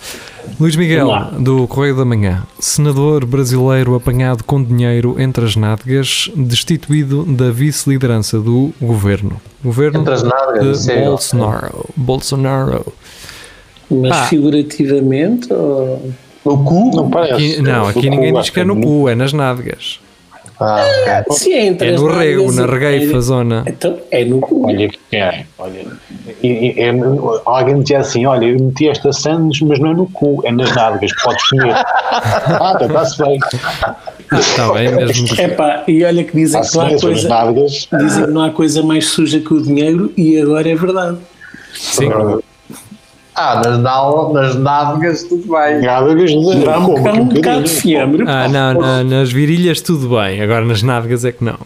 [SPEAKER 3] Luís Miguel,
[SPEAKER 5] Vamos lá.
[SPEAKER 3] do Correio da Manhã. Senador brasileiro apanhado com dinheiro entre as nádegas, destituído da vice-liderança do governo. Governo
[SPEAKER 6] Entre as nádegas, isso
[SPEAKER 3] de
[SPEAKER 6] é-
[SPEAKER 3] Bolsonaro. Bolsonaro.
[SPEAKER 5] Mas
[SPEAKER 3] Ah.
[SPEAKER 5] figurativamente ou...
[SPEAKER 4] No cu? Não parece.
[SPEAKER 3] Aqui- não,
[SPEAKER 4] No
[SPEAKER 3] aqui
[SPEAKER 4] É, cu,
[SPEAKER 3] ninguém
[SPEAKER 4] acho
[SPEAKER 3] diz que é no cu, é nas nádegas.
[SPEAKER 6] Ah, ok.
[SPEAKER 5] Se é, entre
[SPEAKER 3] É
[SPEAKER 5] as
[SPEAKER 3] no rego,
[SPEAKER 5] nádegas,
[SPEAKER 3] na
[SPEAKER 5] é-
[SPEAKER 3] regueifa zona.
[SPEAKER 5] Então é no cu.
[SPEAKER 4] Olha que é, olha. E- e- é- alguém dizia assim: olha, eu meti esta sandes, mas não é no cu, é nas nádegas, podes comer. ah, está-se bem.
[SPEAKER 3] Está Tá bem, mesmo. que-
[SPEAKER 5] Epá, e olha que dizem que,
[SPEAKER 4] Está-se
[SPEAKER 5] não
[SPEAKER 4] bem,
[SPEAKER 5] há
[SPEAKER 4] são nas
[SPEAKER 5] coisa,
[SPEAKER 4] nádegas.
[SPEAKER 5] dizem que não há coisa mais suja que o dinheiro e agora é verdade.
[SPEAKER 3] Sim.
[SPEAKER 6] Ah, nas, nal- nas nádegas tudo bem.
[SPEAKER 4] Nádegas de ramo.
[SPEAKER 5] É um bocado de fiambre.
[SPEAKER 3] Ah, não, na- nas virilhas tudo bem, agora nas nádegas é que não.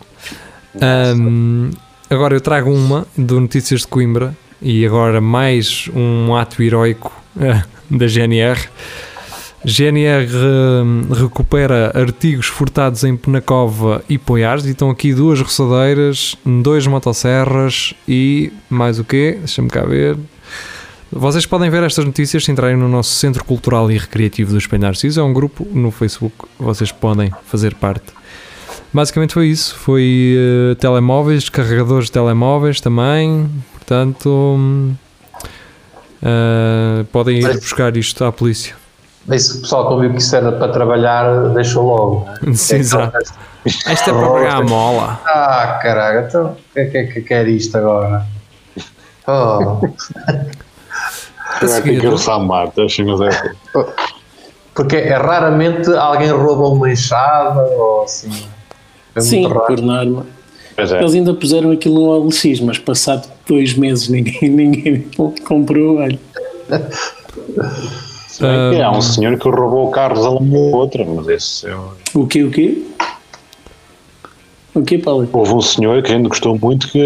[SPEAKER 3] Ahm, agora eu trago uma do Notícias de Coimbra e agora mais um ato heroico eh, da GNR. GNR hum, recupera artigos furtados em Penacova e Poiares e estão aqui duas roçadeiras, dois motosserras e mais o quê? Deixa-me cá ver. Vocês podem ver estas notícias se entrarem no nosso Centro Cultural e Recreativo do Espelho Narciso. É um grupo no Facebook, vocês podem fazer parte. Basicamente foi isso. Foi eh, telemóveis, carregadores de telemóveis também. Portanto, hum, ah, podem ir
[SPEAKER 6] Mas-
[SPEAKER 3] buscar isto à polícia.
[SPEAKER 6] Esse pessoal que ouviu que isso era para trabalhar deixou logo. né?
[SPEAKER 3] Sim,
[SPEAKER 6] É que
[SPEAKER 3] exato.
[SPEAKER 6] eles-
[SPEAKER 3] Esta é para pagar a mola.
[SPEAKER 6] Ah, caralho, então o que é que, que, que era isto agora? Oh,
[SPEAKER 3] A
[SPEAKER 4] Agora tem
[SPEAKER 3] seguir,
[SPEAKER 4] que roçar Marte, deixa-me ver.
[SPEAKER 6] porque é raramente alguém rouba uma enxada ou assim. É
[SPEAKER 5] Sim,
[SPEAKER 6] muito raro.
[SPEAKER 5] por norma.
[SPEAKER 4] Pois é.
[SPEAKER 5] Eles ainda puseram aquilo no OLX, mas passado dois meses ninguém, ninguém comprou. Olha.
[SPEAKER 4] Se bem que Há um senhor que roubou carros a uma ou outra, mas esse é um-
[SPEAKER 5] O quê, o quê? O quê, Paulo?
[SPEAKER 4] Houve um senhor que ainda gostou muito que,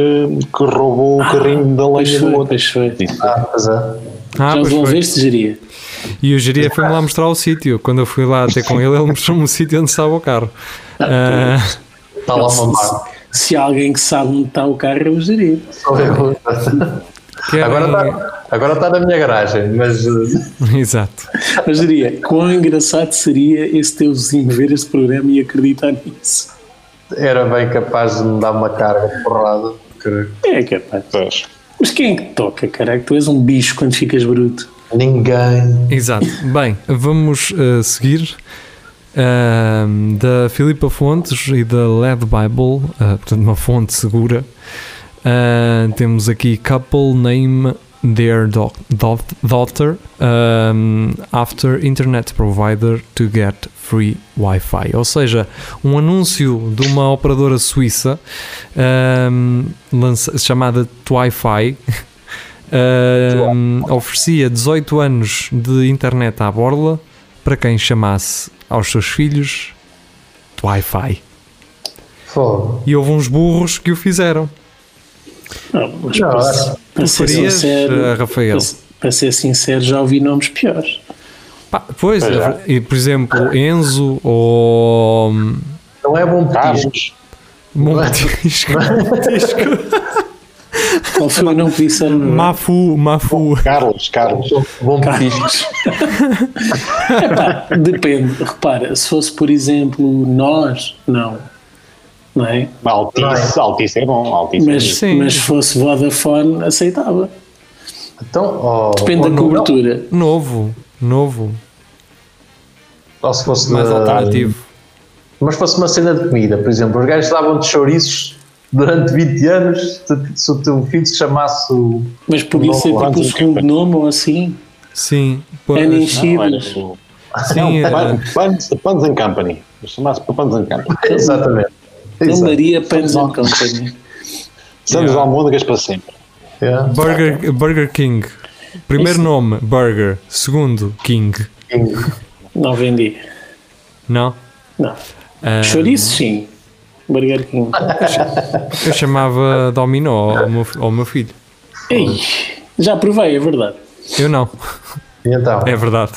[SPEAKER 4] que roubou o carrinho da
[SPEAKER 5] Ah, Pois
[SPEAKER 4] lenha do
[SPEAKER 5] foi,
[SPEAKER 4] outro.
[SPEAKER 5] pois foi.
[SPEAKER 4] Disse,
[SPEAKER 6] Ah, pois é.
[SPEAKER 3] Ah,
[SPEAKER 5] Já
[SPEAKER 3] pois
[SPEAKER 5] vão
[SPEAKER 3] foi.
[SPEAKER 5] ver se geria.
[SPEAKER 3] E o geria foi-me lá mostrar o sítio. Quando eu fui lá ter com ele, ele mostrou-me o sítio onde estava o carro. Ah,
[SPEAKER 6] Está tá lá uma marca.
[SPEAKER 5] Se há alguém que sabe onde está o carro, eu geria.
[SPEAKER 6] Só eu.
[SPEAKER 3] querem-
[SPEAKER 6] Agora está agora está na minha garagem, mas eh,
[SPEAKER 3] Exato.
[SPEAKER 5] Eu diria, quão engraçado seria esse teu vizinho ver este programa e acreditar nisso.
[SPEAKER 6] era bem capaz de me dar uma carga de porrada. porque
[SPEAKER 5] É capaz.
[SPEAKER 4] "Pois,
[SPEAKER 5] Mas quem é que toca, caralho? Tu és um bicho quando ficas bruto.
[SPEAKER 6] Ninguém.
[SPEAKER 3] Exato. Bem, vamos eh, seguir. Eh, ahm, da Filipa Fontes e da Led Bible, ah, portanto, uma fonte segura. Ah, temos aqui Couple Name Their do- do- Daughter ahm, After Internet Provider to Get Free Wi-Fi. Ou seja, um anúncio de uma operadora suíça ahm, lança- chamada Twifi ahm, oferecia 18 anos de internet à borla para quem chamasse aos seus filhos Wi-Fi.
[SPEAKER 6] Fogo.
[SPEAKER 3] E houve uns burros que o fizeram.
[SPEAKER 5] Não, mas
[SPEAKER 6] Não,
[SPEAKER 5] para,
[SPEAKER 6] acho-
[SPEAKER 5] para ser
[SPEAKER 3] Preferias,
[SPEAKER 5] sincero,
[SPEAKER 3] eh, Rafael?
[SPEAKER 5] para, para ser sincero, já ouvi nomes piores.
[SPEAKER 3] Pá, pois, é ver- e, por exemplo, Enzo ou hum, um
[SPEAKER 6] Não é bom
[SPEAKER 4] Carlos,
[SPEAKER 6] petisco.
[SPEAKER 3] Montisco, Montisco,
[SPEAKER 5] Qual foi o nome que disse?
[SPEAKER 3] Mafu, Mafu.
[SPEAKER 4] Carlos, Carlos.
[SPEAKER 6] Bom petisco.
[SPEAKER 5] Epá, depende, repara, se fosse, por exemplo, nós, não. Não é?
[SPEAKER 4] Altice, Altice é bom, Altice
[SPEAKER 5] Mas,
[SPEAKER 4] é bom.
[SPEAKER 3] Sim.
[SPEAKER 5] mas se fosse Vodafone, aceitava.
[SPEAKER 6] Então, oh,
[SPEAKER 5] Depende
[SPEAKER 6] oh,
[SPEAKER 5] da
[SPEAKER 6] não,
[SPEAKER 5] cobertura.
[SPEAKER 3] Novo, novo,
[SPEAKER 6] Ou se fosse
[SPEAKER 3] mais
[SPEAKER 6] da-
[SPEAKER 3] alternativo.
[SPEAKER 6] Mas fosse uma cena de comida, por exemplo, os gajos davam-te chouriços durante 20 anos se, se o teu filho se chamasse o.
[SPEAKER 5] Mas podia
[SPEAKER 6] Não,
[SPEAKER 5] ser tipo
[SPEAKER 4] antes
[SPEAKER 5] o
[SPEAKER 4] do
[SPEAKER 5] segundo
[SPEAKER 4] que-
[SPEAKER 5] nome ou assim.
[SPEAKER 3] Sim, pois.
[SPEAKER 5] Ana
[SPEAKER 4] Não, era
[SPEAKER 5] Enchidas.
[SPEAKER 4] o-
[SPEAKER 3] Sim, é.
[SPEAKER 4] Pan-
[SPEAKER 3] era-
[SPEAKER 4] Pans, Pans and Company. Chamasse Pans and Company.
[SPEAKER 6] Exatamente.
[SPEAKER 5] Ele
[SPEAKER 6] Exato.
[SPEAKER 5] Maria Pans and Company.
[SPEAKER 4] Santos Almôndegas para sempre.
[SPEAKER 6] Yeah.
[SPEAKER 3] Burger, Burger King. Primeiro nome, Burger. Segundo, King.
[SPEAKER 5] Não vendi.
[SPEAKER 3] Não?
[SPEAKER 5] Não.
[SPEAKER 3] Ah,
[SPEAKER 5] Chouriço, sim. Burger King.
[SPEAKER 3] eu chamava Dominó ao meu, ao meu filho.
[SPEAKER 5] Ei, já provei, é verdade.
[SPEAKER 3] Eu não,
[SPEAKER 6] E então,
[SPEAKER 3] é verdade.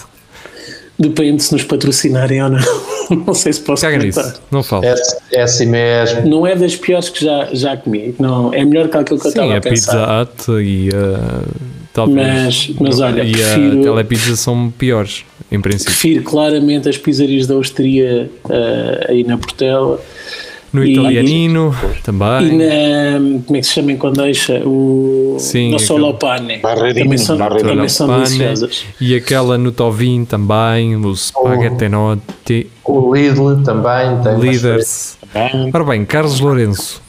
[SPEAKER 5] Depende se nos patrocinarem ou não. Não sei se posso
[SPEAKER 3] Caga
[SPEAKER 5] comentar.
[SPEAKER 3] nisso, não falo.
[SPEAKER 6] é, é assim mesmo.
[SPEAKER 5] Não é das piores que já, já comi. Não, é melhor que aquilo que eu
[SPEAKER 3] Sim,
[SPEAKER 5] estava
[SPEAKER 3] a
[SPEAKER 5] a pensar.
[SPEAKER 3] Pizza Hut e a.
[SPEAKER 5] Mas- mas olha,
[SPEAKER 3] e
[SPEAKER 5] prefiro-
[SPEAKER 3] a Telepizza são piores, em princípio.
[SPEAKER 5] Prefiro claramente as pizzarias da Austria eh, aí na Portela
[SPEAKER 3] No
[SPEAKER 5] E-
[SPEAKER 3] italianino
[SPEAKER 5] e
[SPEAKER 3] também.
[SPEAKER 5] na. Como é que se chama em Condeixa? O.
[SPEAKER 3] Sim,
[SPEAKER 5] no
[SPEAKER 3] aquele-
[SPEAKER 5] Solopane.
[SPEAKER 4] Barreirinho,
[SPEAKER 5] Também são,
[SPEAKER 4] Barreirinho.
[SPEAKER 5] também são
[SPEAKER 3] Pane,
[SPEAKER 5] deliciosas.
[SPEAKER 3] e aquela no Tovin também, o Spaghetti Notti,
[SPEAKER 6] O Lidl também tem.
[SPEAKER 3] Leaders.
[SPEAKER 4] Bem,
[SPEAKER 3] Ora bem, Carlos Lourenço.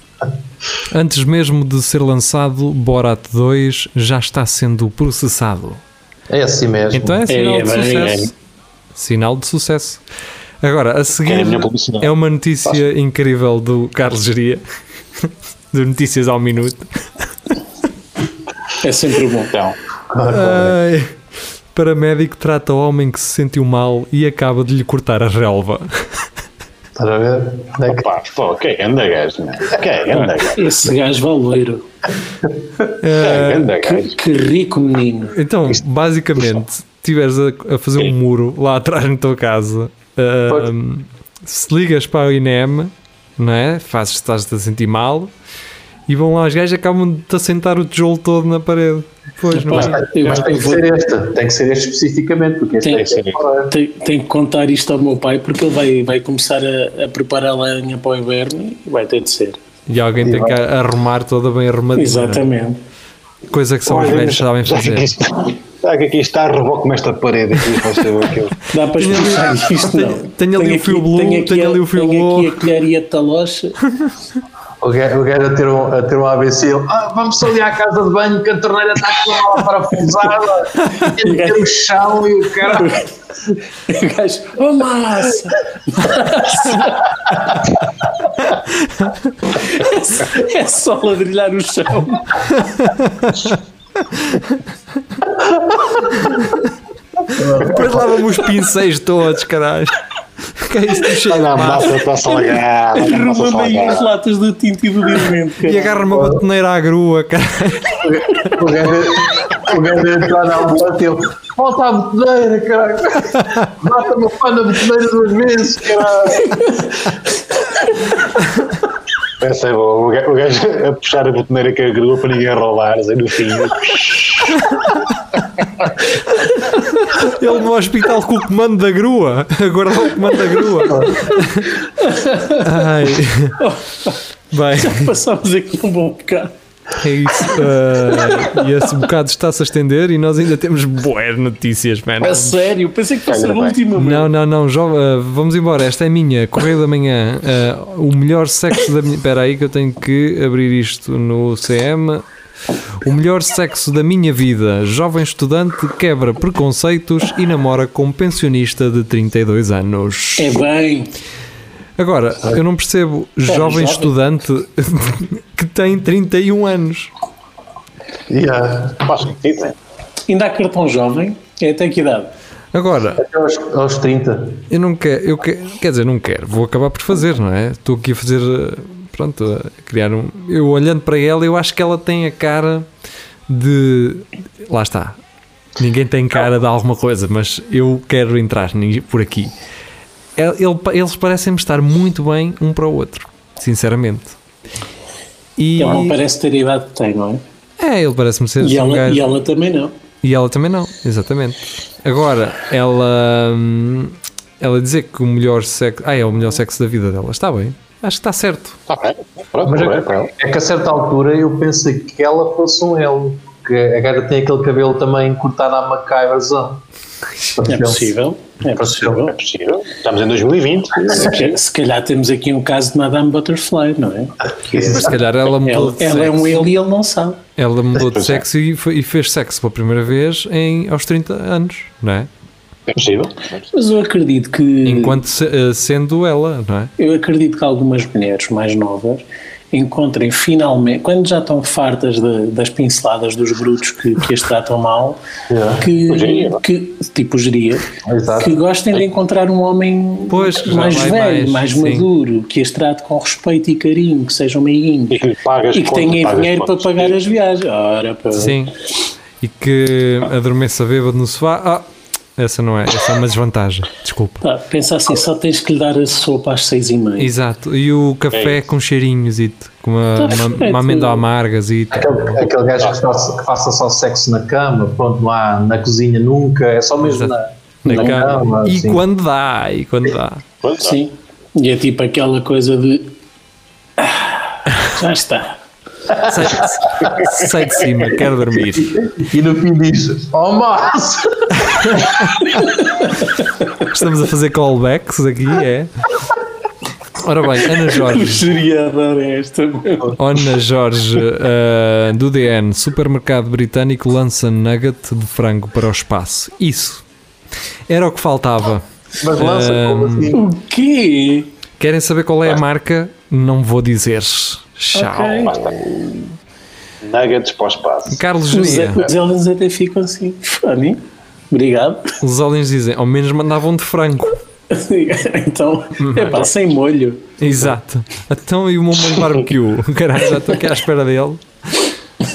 [SPEAKER 3] Antes mesmo de ser lançado, Borat 2 já está sendo processado.
[SPEAKER 6] É assim mesmo.
[SPEAKER 3] Então é sinal
[SPEAKER 5] é
[SPEAKER 3] de
[SPEAKER 5] bem,
[SPEAKER 3] sucesso. Sinal de sucesso. Agora, a seguir
[SPEAKER 4] a minha publicidade.
[SPEAKER 3] é uma notícia incrível do Carlos Geria, do Notícias ao Minuto.
[SPEAKER 5] É sempre bom.
[SPEAKER 4] então,
[SPEAKER 5] é?
[SPEAKER 3] Ai, paramédico trata o homem que se sentiu mal e acaba de lhe cortar a relva.
[SPEAKER 6] Estás a ver? É que-
[SPEAKER 4] pá, pô, que é ganda gajo, né? Que é
[SPEAKER 5] Ah,
[SPEAKER 4] ganda gajo,
[SPEAKER 5] Esse gajo valoiro.
[SPEAKER 4] que é ganda
[SPEAKER 5] Que,
[SPEAKER 4] gajo.
[SPEAKER 5] que rico menino.
[SPEAKER 3] Então, basicamente, tiveres a, a fazer um muro lá atrás na tua casa, ahm, se ligas para o INEM, não é? Fazes, estás-te a sentir mal e vão lá os gajos e acabam de te assentar o tijolo todo na parede. Pois, não é?
[SPEAKER 5] Pá, eu-
[SPEAKER 6] Mas tem
[SPEAKER 5] eu
[SPEAKER 6] que
[SPEAKER 5] vou-
[SPEAKER 6] ser este. Tem que ser este especificamente, porque este
[SPEAKER 5] Tem
[SPEAKER 6] tem que é
[SPEAKER 4] que
[SPEAKER 6] ser.
[SPEAKER 4] ser.
[SPEAKER 5] Tenho, tenho que contar isto ao meu pai porque ele vai, vai começar a, a preparar a lenha para o inverno e vai ter de ser.
[SPEAKER 3] E alguém tem que arrumar toda bem arrumadinha.
[SPEAKER 5] Exatamente.
[SPEAKER 3] Coisa que só os
[SPEAKER 4] Olha,
[SPEAKER 3] velhos sabem
[SPEAKER 4] já que aqui
[SPEAKER 3] fazer.
[SPEAKER 4] está, já que aqui está, revoco-me esta parede aqui, vai ser aquilo.
[SPEAKER 5] Dá para
[SPEAKER 3] Tenho ali-
[SPEAKER 5] expulsar isto,
[SPEAKER 3] tenho-
[SPEAKER 5] não.
[SPEAKER 3] tenho ali o
[SPEAKER 5] aqui-
[SPEAKER 3] fio blue, tenho
[SPEAKER 5] a-
[SPEAKER 3] ali o fio
[SPEAKER 5] Tenho aqui
[SPEAKER 3] blue.
[SPEAKER 5] a colher e a talocha.
[SPEAKER 6] O ga- o gajo a ter um, a ter um ABC, ele, ah, vamos ali à casa de banho que a torneira está com a mala parafusada, tem que ter o chão e o cara.
[SPEAKER 5] E o gajo, oh massa! massa. É só ladrilhar o chão.
[SPEAKER 3] Depois lavam os pincéis todos, caralho. Que é isso, cheio de
[SPEAKER 4] Olha a
[SPEAKER 3] massa.
[SPEAKER 4] massa está Tá,
[SPEAKER 3] Ah,
[SPEAKER 4] salgada, olha a massa
[SPEAKER 5] Arruma bem as
[SPEAKER 4] salgada.
[SPEAKER 5] latas do tinto e do
[SPEAKER 3] E
[SPEAKER 5] diamante. cara.
[SPEAKER 3] agarra uma batoneira à grua, caralho.
[SPEAKER 6] O gajo- é- o gajo a entrar na ambulância, ele, volta à betedeira, caralho. Mata-me o pá na betedeira duas vezes, caralho.
[SPEAKER 4] Essa é boa, o ga- o gajo a puxar a botoneira que a grua para ninguém roubar, assim, no fim.
[SPEAKER 3] Ele no hospital com o comando da grua. Agora dá o comando da grua. Ai. Bem,
[SPEAKER 5] Passámos aqui um bom bocado.
[SPEAKER 3] É isso. ah, e esse bocado está-se a estender e nós ainda temos boas notícias, man.
[SPEAKER 5] A É sério, pensei que fosse a última. meu.
[SPEAKER 3] Não, não, não, jo- ah, vamos embora. Esta é minha, Correio da Manhã. Ah, o melhor sexo da minha. Espera aí que eu tenho que abrir isto no CM. O melhor sexo da minha vida. Jovem estudante quebra preconceitos e namora com um pensionista de 32 anos.
[SPEAKER 5] É bem.
[SPEAKER 3] Agora, eu não percebo jovem
[SPEAKER 5] jovem.
[SPEAKER 3] estudante que tem 31 anos.
[SPEAKER 6] Yeah.
[SPEAKER 4] Faz sentido, né?
[SPEAKER 5] Ainda há cartão jovem? É até que idade?
[SPEAKER 3] Agora,
[SPEAKER 6] Até aos, aos 30.
[SPEAKER 3] Eu não quero, eu que- quer dizer, não quero, vou acabar por fazer, não é? Estou aqui a fazer, eh, pronto, a criar um. Eu olhando para ela, eu acho que ela tem a cara de. Lá está. Ninguém tem cara de alguma coisa, mas eu quero entrar ni- por aqui. El- ele pa- eles parecem-me estar muito bem um para o outro, sinceramente. E.
[SPEAKER 5] Então, Ele não parece ter a idade que tem, não é?
[SPEAKER 3] É, ele parece-me ser
[SPEAKER 5] E
[SPEAKER 3] um
[SPEAKER 5] ela,
[SPEAKER 3] gajo-
[SPEAKER 5] e ela também não.
[SPEAKER 3] e ela também não, exatamente. Agora, ela. hum, Ela dizer que o melhor sexo. Ah, é o melhor sexo da vida dela. Está bem. Acho que está certo.
[SPEAKER 4] Está bem. Pronto,
[SPEAKER 6] Mas
[SPEAKER 4] está
[SPEAKER 6] é,
[SPEAKER 4] bem, pronto.
[SPEAKER 6] é que a certa altura eu pensei que ela fosse um L. Que a gaja tem aquele cabelo também cortado à MacGyverzão.
[SPEAKER 5] É possível. É possível.
[SPEAKER 4] É possível. Estamos em 2020.
[SPEAKER 5] Se calhar, se calhar temos aqui um caso de Madame Butterfly, não é?
[SPEAKER 3] Ah, Mas se calhar ela mudou
[SPEAKER 5] Ela,
[SPEAKER 3] de
[SPEAKER 5] ela
[SPEAKER 3] sexo.
[SPEAKER 5] é um ele e ele não sabe.
[SPEAKER 3] Ela mudou de sexo e, foi- e fez sexo pela primeira vez em, aos 30 anos, não é?
[SPEAKER 4] É possível.
[SPEAKER 5] Mas eu acredito que.
[SPEAKER 3] Enquanto se- eh, sendo ela, não é?
[SPEAKER 5] Eu acredito que algumas mulheres mais novas encontrem finalmente, quando já estão fartas de- das pinceladas dos brutos que, que as tratam mal,
[SPEAKER 3] É.
[SPEAKER 4] O geria,
[SPEAKER 5] que,
[SPEAKER 4] não?
[SPEAKER 5] que- tipo geria,
[SPEAKER 6] Exato.
[SPEAKER 5] que gostem de encontrar um homem
[SPEAKER 3] Pois, que já
[SPEAKER 5] mais
[SPEAKER 3] vai
[SPEAKER 5] velho,
[SPEAKER 3] mais,
[SPEAKER 5] mais,
[SPEAKER 3] sim.
[SPEAKER 5] maduro, que as trate com respeito e carinho, que seja um meiguinho
[SPEAKER 4] E que lhe pague as
[SPEAKER 5] e que
[SPEAKER 4] contas,
[SPEAKER 5] tenha
[SPEAKER 4] pague as
[SPEAKER 5] dinheiro para
[SPEAKER 4] contas.
[SPEAKER 5] pagar as viagens. Ora, pá.
[SPEAKER 3] Sim. E que adormeça bêbado no sofá. Ah, essa não é. Essa é uma desvantagem. Desculpa.
[SPEAKER 5] Pá, pensa assim, só tens que lhe dar a sopa às seis e meia.
[SPEAKER 3] Exato. E o café com cheirinhos e t- com uma,
[SPEAKER 5] Tá
[SPEAKER 3] uma,
[SPEAKER 5] feito.
[SPEAKER 3] uma amêndoa amargas e t-
[SPEAKER 6] Aquele, aquele gajo que faça, que faça só sexo na cama, pronto, não há na cozinha nunca, é só mesmo na,
[SPEAKER 3] na
[SPEAKER 6] na
[SPEAKER 3] cama.
[SPEAKER 6] cama.
[SPEAKER 3] e
[SPEAKER 6] assim.
[SPEAKER 3] quando dá, e quando dá.
[SPEAKER 4] Pronto,
[SPEAKER 5] Sim. E é tipo aquela coisa de. "Ah, Já está.
[SPEAKER 3] Sai, sai de cima, quero dormir.
[SPEAKER 6] E no fim diz: Oh, Márcio!
[SPEAKER 3] Estamos a fazer callbacks aqui, é. Ora bem, Ana
[SPEAKER 5] Eu
[SPEAKER 3] Jorge.
[SPEAKER 5] seria a dar esta. é meu.
[SPEAKER 3] Ana Jorge, ah, do DN, supermercado britânico lança nugget de frango para o espaço. Isso. Era o que faltava.
[SPEAKER 6] Mas lança, como assim?
[SPEAKER 5] O quê?
[SPEAKER 3] Querem saber qual é a marca? Não vou dizer. Tchau.
[SPEAKER 5] Ok.
[SPEAKER 4] basta. Nuggets para o espaço.
[SPEAKER 3] Carlos
[SPEAKER 5] Os,
[SPEAKER 3] Genia.
[SPEAKER 5] os aliens até ficam assim. Funny. Obrigado.
[SPEAKER 3] Os aliens dizem, ao menos mandavam de frango.
[SPEAKER 5] Então,
[SPEAKER 3] Uhum.
[SPEAKER 5] é pá, sem molho.
[SPEAKER 3] Exato. Então e o meu molho barbecue? Caralho, já estou aqui à espera dele.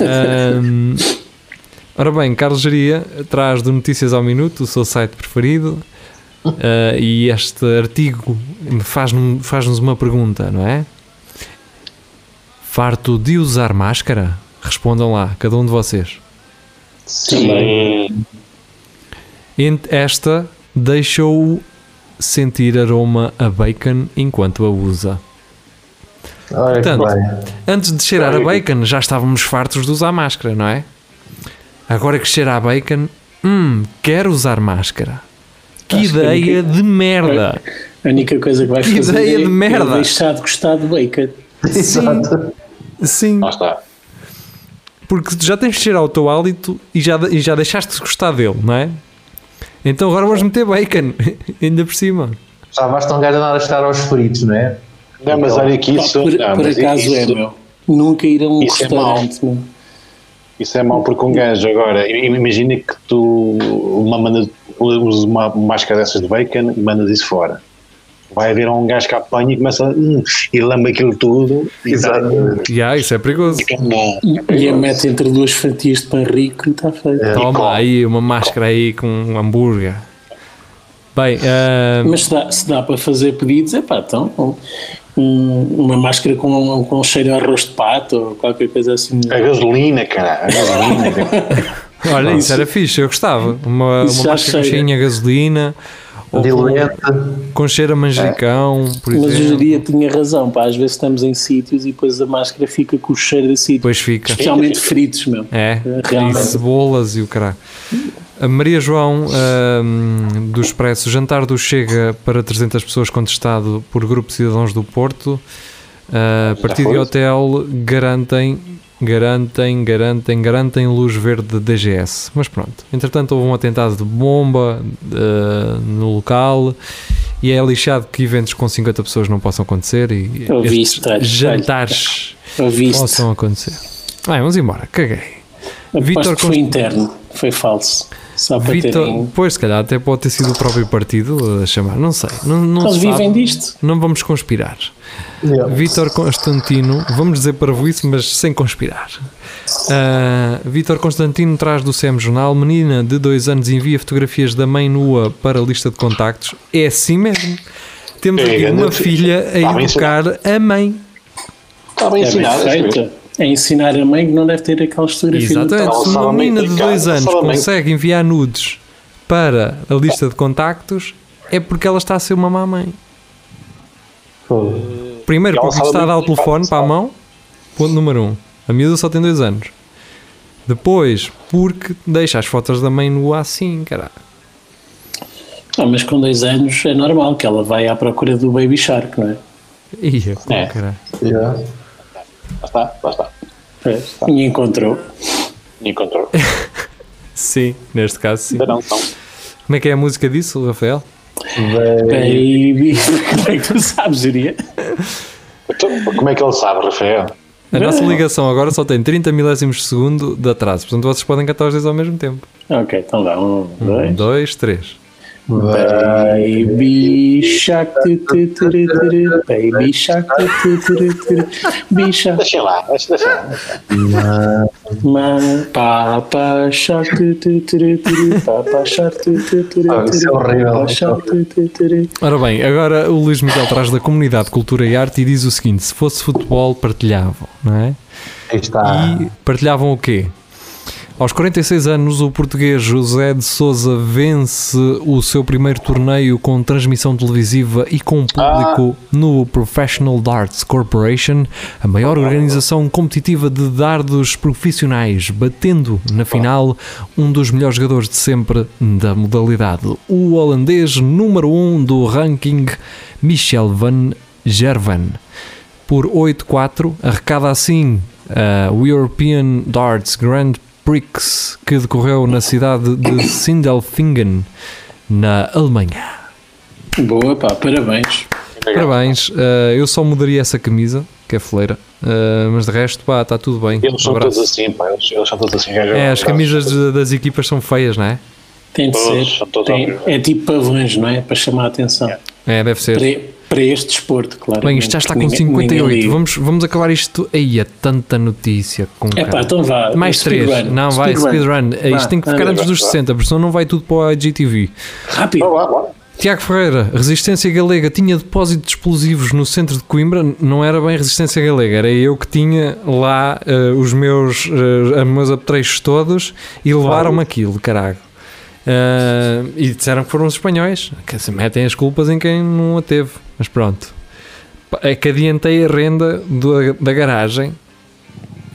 [SPEAKER 3] Ahm, ora bem, Carlos Geria traz do Notícias ao Minuto, o seu site preferido. Ah, e este artigo faz-nos faz-nos uma pergunta, não é? Farto de usar máscara? Respondam lá, cada um de vocês.
[SPEAKER 4] Sim.
[SPEAKER 3] Ent- Esta deixou-o sentir aroma a bacon enquanto a usa.
[SPEAKER 6] Olha que
[SPEAKER 3] Portanto,
[SPEAKER 6] bem.
[SPEAKER 3] Antes de cheirar a bacon, já estávamos fartos de usar máscara, não é? Agora que cheira a bacon, hum, quero usar máscara. Que
[SPEAKER 5] Acho que
[SPEAKER 3] ideia de merda!
[SPEAKER 5] A única coisa que vais
[SPEAKER 3] Que
[SPEAKER 5] fazer
[SPEAKER 3] ideia
[SPEAKER 5] é,
[SPEAKER 3] de
[SPEAKER 5] é
[SPEAKER 3] merda.
[SPEAKER 5] deixar de gostar de bacon.
[SPEAKER 6] Exato.
[SPEAKER 3] Sim,
[SPEAKER 4] Lá está.
[SPEAKER 3] porque tu já tens de cheirar o teu hálito e já, e já deixaste de gostar dele, não é? Então agora vamos meter bacon, ainda por cima.
[SPEAKER 6] Já basta um gajo andar a estar aos feridos, não é?
[SPEAKER 4] Não, mas olha que
[SPEAKER 5] Pá,
[SPEAKER 4] isso.
[SPEAKER 5] Então, por
[SPEAKER 4] não,
[SPEAKER 5] por
[SPEAKER 4] mas
[SPEAKER 5] acaso é,
[SPEAKER 4] isso-
[SPEAKER 5] meu. Nunca ir a um
[SPEAKER 4] Isso é mau.
[SPEAKER 5] restaurante. meu.
[SPEAKER 4] Isso é mau porque um gajo agora, i- imagina que tu uma, manda- usas uma máscara dessas de bacon e mandas isso fora. Vai haver um gajo que apanha e começa a, hum, e lamba aquilo tudo. e
[SPEAKER 6] Exato.
[SPEAKER 4] dá-
[SPEAKER 3] E ah, isso é perigoso.
[SPEAKER 4] Fica bom.
[SPEAKER 5] E, e a mete entre duas fatias de pão rico e está feito.
[SPEAKER 3] Toma aí uma máscara aí com um hambúrguer. Bem, ah,
[SPEAKER 5] Mas se dá, se dá para fazer pedidos, é pá, então um- uma máscara com, com um cheiro a arroz de pato ou qualquer coisa assim.
[SPEAKER 3] É,
[SPEAKER 4] A gasolina, cara. A gasolina.
[SPEAKER 3] Olha, isso era fixe, eu gostava. Uma,
[SPEAKER 5] Isso
[SPEAKER 3] uma
[SPEAKER 5] já
[SPEAKER 3] máscara
[SPEAKER 5] cheira.
[SPEAKER 3] cheinha a gasolina, Ou
[SPEAKER 6] Diluente.
[SPEAKER 3] com, com cheiro a manjericão, por
[SPEAKER 5] Mas o
[SPEAKER 3] exemplo.
[SPEAKER 5] Jeria tinha razão, pá, às vezes estamos em sítios e depois a máscara fica com o cheiro de sítio.
[SPEAKER 3] Depois fica.
[SPEAKER 5] Especialmente fritos, meu. Eh,
[SPEAKER 3] É,
[SPEAKER 5] Realmente.
[SPEAKER 3] e cebolas e o caralho. A Maria João ahm, do Expresso, jantar do Chega para 300 pessoas contestado por grupo de cidadãos do Porto. Ah, partido e
[SPEAKER 4] foi?
[SPEAKER 3] hotel garantem, garantem, garantem, garantem luz verde de DGS. Mas pronto, entretanto houve um atentado de bomba ah, no local e é lixado que eventos com 50 pessoas não possam acontecer e
[SPEAKER 5] Eu vi
[SPEAKER 3] estes
[SPEAKER 5] isso, tá, tá.
[SPEAKER 3] jantares
[SPEAKER 5] Eu vi isto.
[SPEAKER 3] possam acontecer. Bem, vamos embora, caguei.
[SPEAKER 5] Aposto
[SPEAKER 3] Vítor
[SPEAKER 5] que foi
[SPEAKER 3] Const-
[SPEAKER 5] interno, foi falso. Só para
[SPEAKER 3] Vitor,
[SPEAKER 5] terem.
[SPEAKER 3] pois se calhar até pode ter sido o próprio partido a chamar, não sei, não, não
[SPEAKER 5] Eles
[SPEAKER 3] se sabe.
[SPEAKER 5] vivem disto.
[SPEAKER 3] Não vamos conspirar. Vítor Constantino, vamos dizer para isso, mas sem conspirar. Ah, Vítor Constantino traz do SEM Jornal: Menina de dois anos envia fotografias da mãe nua para a lista de contactos. É assim mesmo. Temos
[SPEAKER 4] É,
[SPEAKER 3] aqui
[SPEAKER 4] grande
[SPEAKER 3] uma
[SPEAKER 4] fi-
[SPEAKER 3] filha
[SPEAKER 4] Está
[SPEAKER 3] a
[SPEAKER 4] bem
[SPEAKER 3] educar a mãe.
[SPEAKER 4] Está bem
[SPEAKER 5] É bem
[SPEAKER 4] ensinado. é isso.
[SPEAKER 5] feito. É ensinar a mãe que não deve ter aquelas fotografias do
[SPEAKER 3] Exatamente.
[SPEAKER 5] tal.
[SPEAKER 3] Se uma
[SPEAKER 4] Solamente
[SPEAKER 3] menina de
[SPEAKER 4] em casa,
[SPEAKER 3] dois anos
[SPEAKER 4] solamente.
[SPEAKER 3] consegue enviar nudes para a lista de contactos, é porque ela está a ser uma má mãe. Primeiro,
[SPEAKER 4] Ela
[SPEAKER 3] porque
[SPEAKER 4] sabe
[SPEAKER 3] está a dar o
[SPEAKER 4] muito bem
[SPEAKER 3] telefone
[SPEAKER 4] falar,
[SPEAKER 3] para a mão. Ponto número um. A miúda só tem dois anos. Depois, porque deixa as fotos da mãe nua assim, caralho.
[SPEAKER 5] Ah, mas com dois anos é normal que ela vai à procura do Baby Shark, não é?
[SPEAKER 3] Ia, pô,
[SPEAKER 4] É.
[SPEAKER 3] caralho.
[SPEAKER 6] Yeah.
[SPEAKER 4] Lá está, lá está.
[SPEAKER 5] Pois, E É, encontrou.
[SPEAKER 4] Encontrou.
[SPEAKER 3] Sim, neste caso sim.
[SPEAKER 4] Ainda não,
[SPEAKER 6] então.
[SPEAKER 4] não.
[SPEAKER 3] Como é que é a música disso, Rafael?
[SPEAKER 5] Baby. Como é que tu sabes, Jeria?
[SPEAKER 4] Então, Como é que ele sabe, Rafael?
[SPEAKER 3] A nossa ligação agora só tem 30 milésimos de segundo de atraso. Portanto, vocês podem cantar os dois ao mesmo tempo.
[SPEAKER 5] Ok, então dá. Um,
[SPEAKER 3] Um,
[SPEAKER 5] dois.
[SPEAKER 3] dois, três.
[SPEAKER 5] Baby Shark. tu, tu, tu, tu, tu, Baby Shark. tu, tu, tu, tu, tu, Bicha.
[SPEAKER 4] Deixem lá, deixem deixem lá.
[SPEAKER 5] Mãe. Papa Shark. tu, tu, tu, tu, tu, Papa Shark. tu, tu, tu, tu,
[SPEAKER 6] Ah, isso é
[SPEAKER 5] tu,
[SPEAKER 6] horrível. então.
[SPEAKER 5] Papa Shark. tu, tu, tu, tu.
[SPEAKER 3] Ora bem, agora o Luís Miguel traz da comunidade Cultura e Arte e diz o seguinte: se fosse futebol, partilhavam, não é?
[SPEAKER 6] Aí está.
[SPEAKER 3] E partilhavam o quê? Aos 46 anos, o português José de Souza vence o seu primeiro torneio com transmissão televisiva e com público no Professional Darts Corporation, a maior organização competitiva de dardos profissionais, batendo na final um dos melhores jogadores de sempre da modalidade, o holandês número 1 um do ranking Michel van Gerven por 8-4, arrecada assim ah, o European Darts Grand Prix que decorreu na cidade de Sindelfingen, na Alemanha.
[SPEAKER 5] Boa, pá, parabéns.
[SPEAKER 3] Parabéns, ah, eu só mudaria essa camisa, que é fleira, ah, mas de resto, pá, está tudo bem.
[SPEAKER 4] Eles
[SPEAKER 3] Um
[SPEAKER 4] são
[SPEAKER 3] abraço.
[SPEAKER 4] todos assim, pá. Eles, eles são todos assim. já-
[SPEAKER 3] É, as
[SPEAKER 4] já-
[SPEAKER 3] camisas de- das equipas são feias, não é?
[SPEAKER 5] Tem de
[SPEAKER 4] Todos,
[SPEAKER 5] ser.
[SPEAKER 4] são todos
[SPEAKER 5] Tem-
[SPEAKER 4] óbvios.
[SPEAKER 5] é tipo pavões, não é? Para chamar a atenção.
[SPEAKER 3] É, deve ser.
[SPEAKER 5] Para, para este desporto, claro.
[SPEAKER 3] Bem, isto já está com 58. Vamos, vamos acabar isto. Aí, é tanta notícia. Com
[SPEAKER 5] É
[SPEAKER 3] cara.
[SPEAKER 5] pá, então vá.
[SPEAKER 3] Mais
[SPEAKER 5] speedrun,
[SPEAKER 3] 3. Não, vai, speedrun. Isto
[SPEAKER 5] Vá,
[SPEAKER 3] tem que ficar
[SPEAKER 5] anda,
[SPEAKER 3] antes dos 60, porque senão não vai tudo para o IGTV.
[SPEAKER 5] Rápido.
[SPEAKER 4] Bora, bora, bora.
[SPEAKER 3] Tiago Ferreira, Resistência Galega tinha depósito de explosivos no centro de Coimbra, não era bem Resistência Galega, era eu que tinha lá eh, os meus, eh, os meus apetrechos todos e levaram-me aquilo, caralho. Eh, e disseram que foram os espanhóis, que se metem as culpas em quem não a teve, mas pronto. Pa- É que adiantei a renda do- da garagem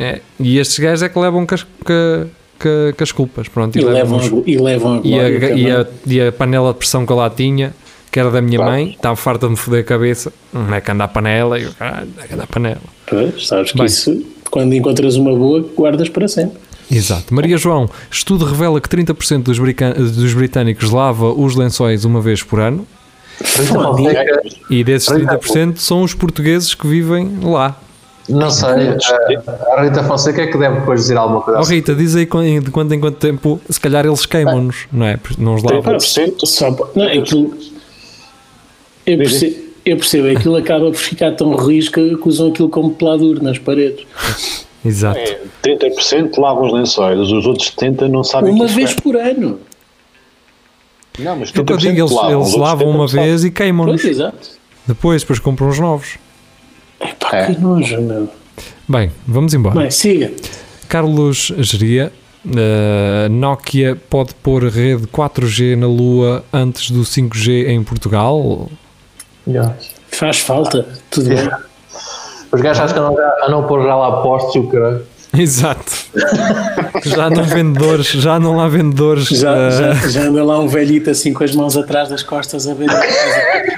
[SPEAKER 3] É, e estes gajos é que levam com as, com- com- com as culpas, pronto.
[SPEAKER 5] E levam,
[SPEAKER 3] os-
[SPEAKER 5] a- e levam a
[SPEAKER 3] e a,
[SPEAKER 5] glória também.
[SPEAKER 3] e a- e a panela de pressão que eu lá tinha, que era da minha mãe, estava farta de me foder a cabeça. Não é que anda a panela, e eu, "Ah, não é que anda a panela.
[SPEAKER 5] Pois, sabes que
[SPEAKER 3] Bem.
[SPEAKER 5] isso, quando encontras uma boa, guardas para sempre.
[SPEAKER 3] Exato. Maria João, estudo revela que 30% dos, brica- dos britânicos lava os lençóis uma vez por ano, e desses 30% são os portugueses que vivem lá.
[SPEAKER 6] Não sei. A, a Rita Fonseca é que deve depois dizer alguma coisa. assim.
[SPEAKER 3] Ó Oh, Rita, diz aí quan- de quanto em quanto tempo, se calhar eles queimam-nos, não é? Porque Não os lavam.
[SPEAKER 4] 30%.
[SPEAKER 5] Só, não, aquilo, eu, percebo, eu percebo, aquilo acaba por ficar tão ruim que que usam aquilo como peladuro nas paredes.
[SPEAKER 3] Exato.
[SPEAKER 4] É, 30% lavam os lençóis, os outros 70% não sabem
[SPEAKER 5] Uma
[SPEAKER 4] que isso
[SPEAKER 5] vez
[SPEAKER 4] é.
[SPEAKER 5] por ano.
[SPEAKER 4] Não, mas
[SPEAKER 3] É Eu
[SPEAKER 4] 30%
[SPEAKER 3] digo, eles,
[SPEAKER 4] lavam, os
[SPEAKER 3] eles
[SPEAKER 4] outros
[SPEAKER 3] lavam uma
[SPEAKER 4] 70% não
[SPEAKER 3] vez e
[SPEAKER 5] Pois,
[SPEAKER 3] queimam-nos.
[SPEAKER 5] exato.
[SPEAKER 3] Depois, depois compram os novos.
[SPEAKER 4] É.
[SPEAKER 5] Pá, que nojo, meu.
[SPEAKER 3] Bem, vamos embora.
[SPEAKER 5] Bem, siga.
[SPEAKER 3] Carlos Geria Uh, Nokia pode pôr rede 4G na Lua antes do 5G em Portugal?
[SPEAKER 6] Yeah.
[SPEAKER 5] Faz falta, tudo bem.
[SPEAKER 6] Yeah. Os gajos acham que andam já- andam a pôr já lá postos e o caralho.
[SPEAKER 3] Exato. já não vendedores, já não há vendedores.
[SPEAKER 5] Já,
[SPEAKER 3] uh,
[SPEAKER 5] já, já anda lá um velhito assim com as mãos atrás das costas a ver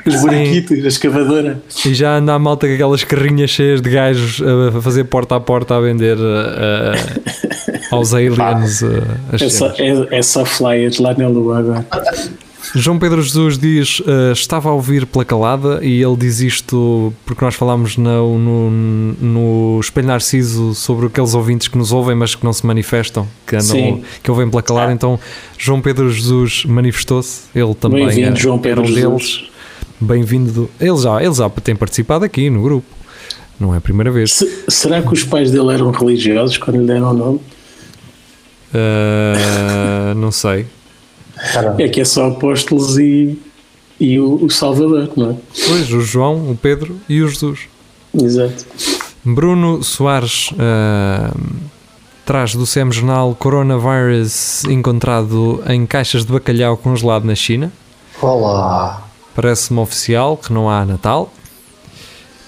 [SPEAKER 5] os buraquitos, a escavadora.
[SPEAKER 3] E já anda a malta com aquelas carrinhas cheias de gajos uh, a fazer porta a porta a vender uh, uh, aos aliens uh, as
[SPEAKER 5] É só,
[SPEAKER 3] cenas.
[SPEAKER 5] é, é só flyers lá na lua agora.
[SPEAKER 3] João Pedro Jesus diz: eh, Estava a ouvir pela calada e ele diz isto porque nós falámos na- no, no Espelho Narciso sobre aqueles ouvintes que nos ouvem, mas que não se manifestam, que, andam,
[SPEAKER 5] Sim. Ah.
[SPEAKER 3] que ouvem pela calada. Então, João Pedro Jesus manifestou-se, ele também
[SPEAKER 5] Bem-vindo,
[SPEAKER 3] era-
[SPEAKER 5] João Pedro
[SPEAKER 3] era um
[SPEAKER 5] Jesus.
[SPEAKER 3] deles. Bem-vindo. do- Ele já, ele já tem participado aqui no grupo, não é a primeira vez.
[SPEAKER 5] Se- será que os pais dele eram religiosos quando lhe deram o nome?
[SPEAKER 3] Eh, não sei.
[SPEAKER 5] É que é só apóstolos e, e o, o Salvador, não é?
[SPEAKER 3] Pois, o João, o Pedro e o Jesus.
[SPEAKER 5] Exato.
[SPEAKER 3] Bruno Soares ah, traz do SEM Jornal coronavírus encontrado em caixas de bacalhau congelado na China.
[SPEAKER 6] Olá.
[SPEAKER 3] Parece-me oficial que não há Natal.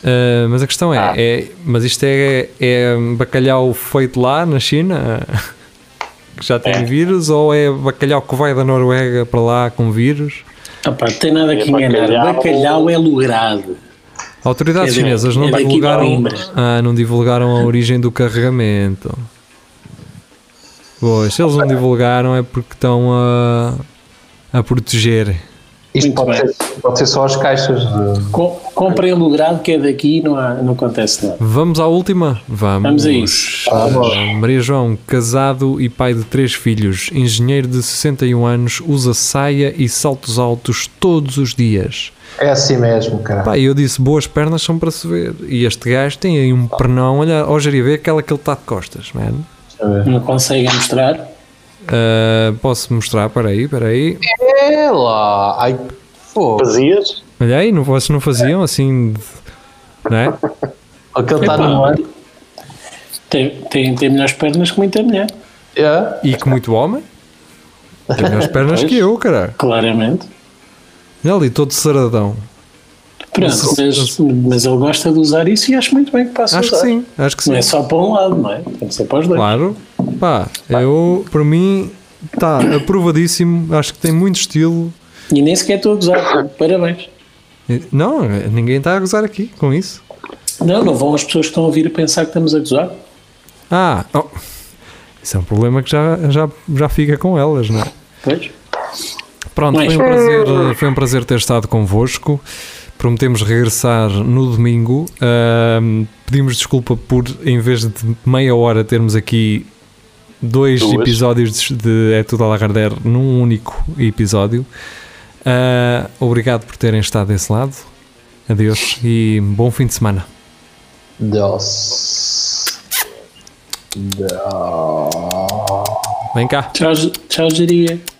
[SPEAKER 3] Ah, mas a questão é, é- mas isto é, é bacalhau feito lá na China que já tem vírus ou é bacalhau que vai da Noruega para lá com vírus?
[SPEAKER 5] Ah pá, tem nada
[SPEAKER 4] É
[SPEAKER 5] que enganar.
[SPEAKER 4] bacalhau.
[SPEAKER 5] Bacalhau é logrado.
[SPEAKER 3] Autoridades
[SPEAKER 5] É da-
[SPEAKER 3] chinesas
[SPEAKER 5] é
[SPEAKER 3] não
[SPEAKER 5] daqui da
[SPEAKER 3] divulgaram,
[SPEAKER 5] Coimbra.
[SPEAKER 3] ah, não divulgaram a origem do carregamento. Pois, se eles não divulgaram é porque estão a, a proteger.
[SPEAKER 6] Isto
[SPEAKER 5] Muito
[SPEAKER 6] pode
[SPEAKER 5] bem.
[SPEAKER 6] ser, pode ser só as caixas. De...
[SPEAKER 5] Com, comprem logrado que é daqui e não, há- não acontece nada.
[SPEAKER 3] Vamos à última? Vamos. Ah,
[SPEAKER 5] Vamos a isso.
[SPEAKER 6] Vamos.
[SPEAKER 3] Maria João, casado e pai de três filhos, engenheiro de 61 anos, usa saia e saltos altos todos os dias.
[SPEAKER 6] É assim mesmo, cara.
[SPEAKER 3] Pá, eu disse, boas pernas são para se ver. E este gajo tem aí um pernão, olha, hoje iria ver aquela que ele está de costas, mano.
[SPEAKER 5] Não conseguem mostrar.
[SPEAKER 3] Uh, posso mostrar? Peraí, peraí.
[SPEAKER 6] É lá. Ai, fogo.
[SPEAKER 4] Fazias?
[SPEAKER 3] Olha aí, não, vocês não faziam assim. de- Não é?
[SPEAKER 6] Aquele
[SPEAKER 5] Epá,
[SPEAKER 6] está Tá no ar.
[SPEAKER 5] Tem, tem, tem melhores pernas que muita mulher,
[SPEAKER 6] É.
[SPEAKER 3] E que muito homem? Tem melhores pernas que eu, caralho.
[SPEAKER 5] claramente.
[SPEAKER 3] Olha ali, todo saradão.
[SPEAKER 5] Pronto, mas, mas ele gosta de usar isso e acho muito bem que possa
[SPEAKER 3] Acho que
[SPEAKER 5] usar.
[SPEAKER 3] sim, acho que sim.
[SPEAKER 5] Não é só para um lado, não é? Tem que ser para os dois.
[SPEAKER 3] Claro. Pá, eu, para mim, está aprovadíssimo. Acho que tem muito estilo.
[SPEAKER 5] E nem sequer estou a gozar. Parabéns.
[SPEAKER 3] Não, ninguém está a gozar aqui com isso.
[SPEAKER 5] Não, não vão as pessoas que estão a ouvir a pensar que estamos a gozar.
[SPEAKER 3] Ah, oh, isso é um problema que já, já, já fica com elas, não é?
[SPEAKER 5] Pois.
[SPEAKER 3] Pronto,
[SPEAKER 5] Mas-
[SPEAKER 3] foi um, prazer, foi um prazer ter estado convosco. Prometemos regressar no domingo. Ahm, pedimos desculpa por, em vez de meia hora, termos aqui dois
[SPEAKER 4] Duas.
[SPEAKER 3] episódios de, de É Tudo a Lagarder num único episódio. Ah, obrigado por terem estado desse lado. Adeus e bom fim de semana.
[SPEAKER 6] Deus.
[SPEAKER 3] Vem cá.
[SPEAKER 5] Tchau, tchau, geria.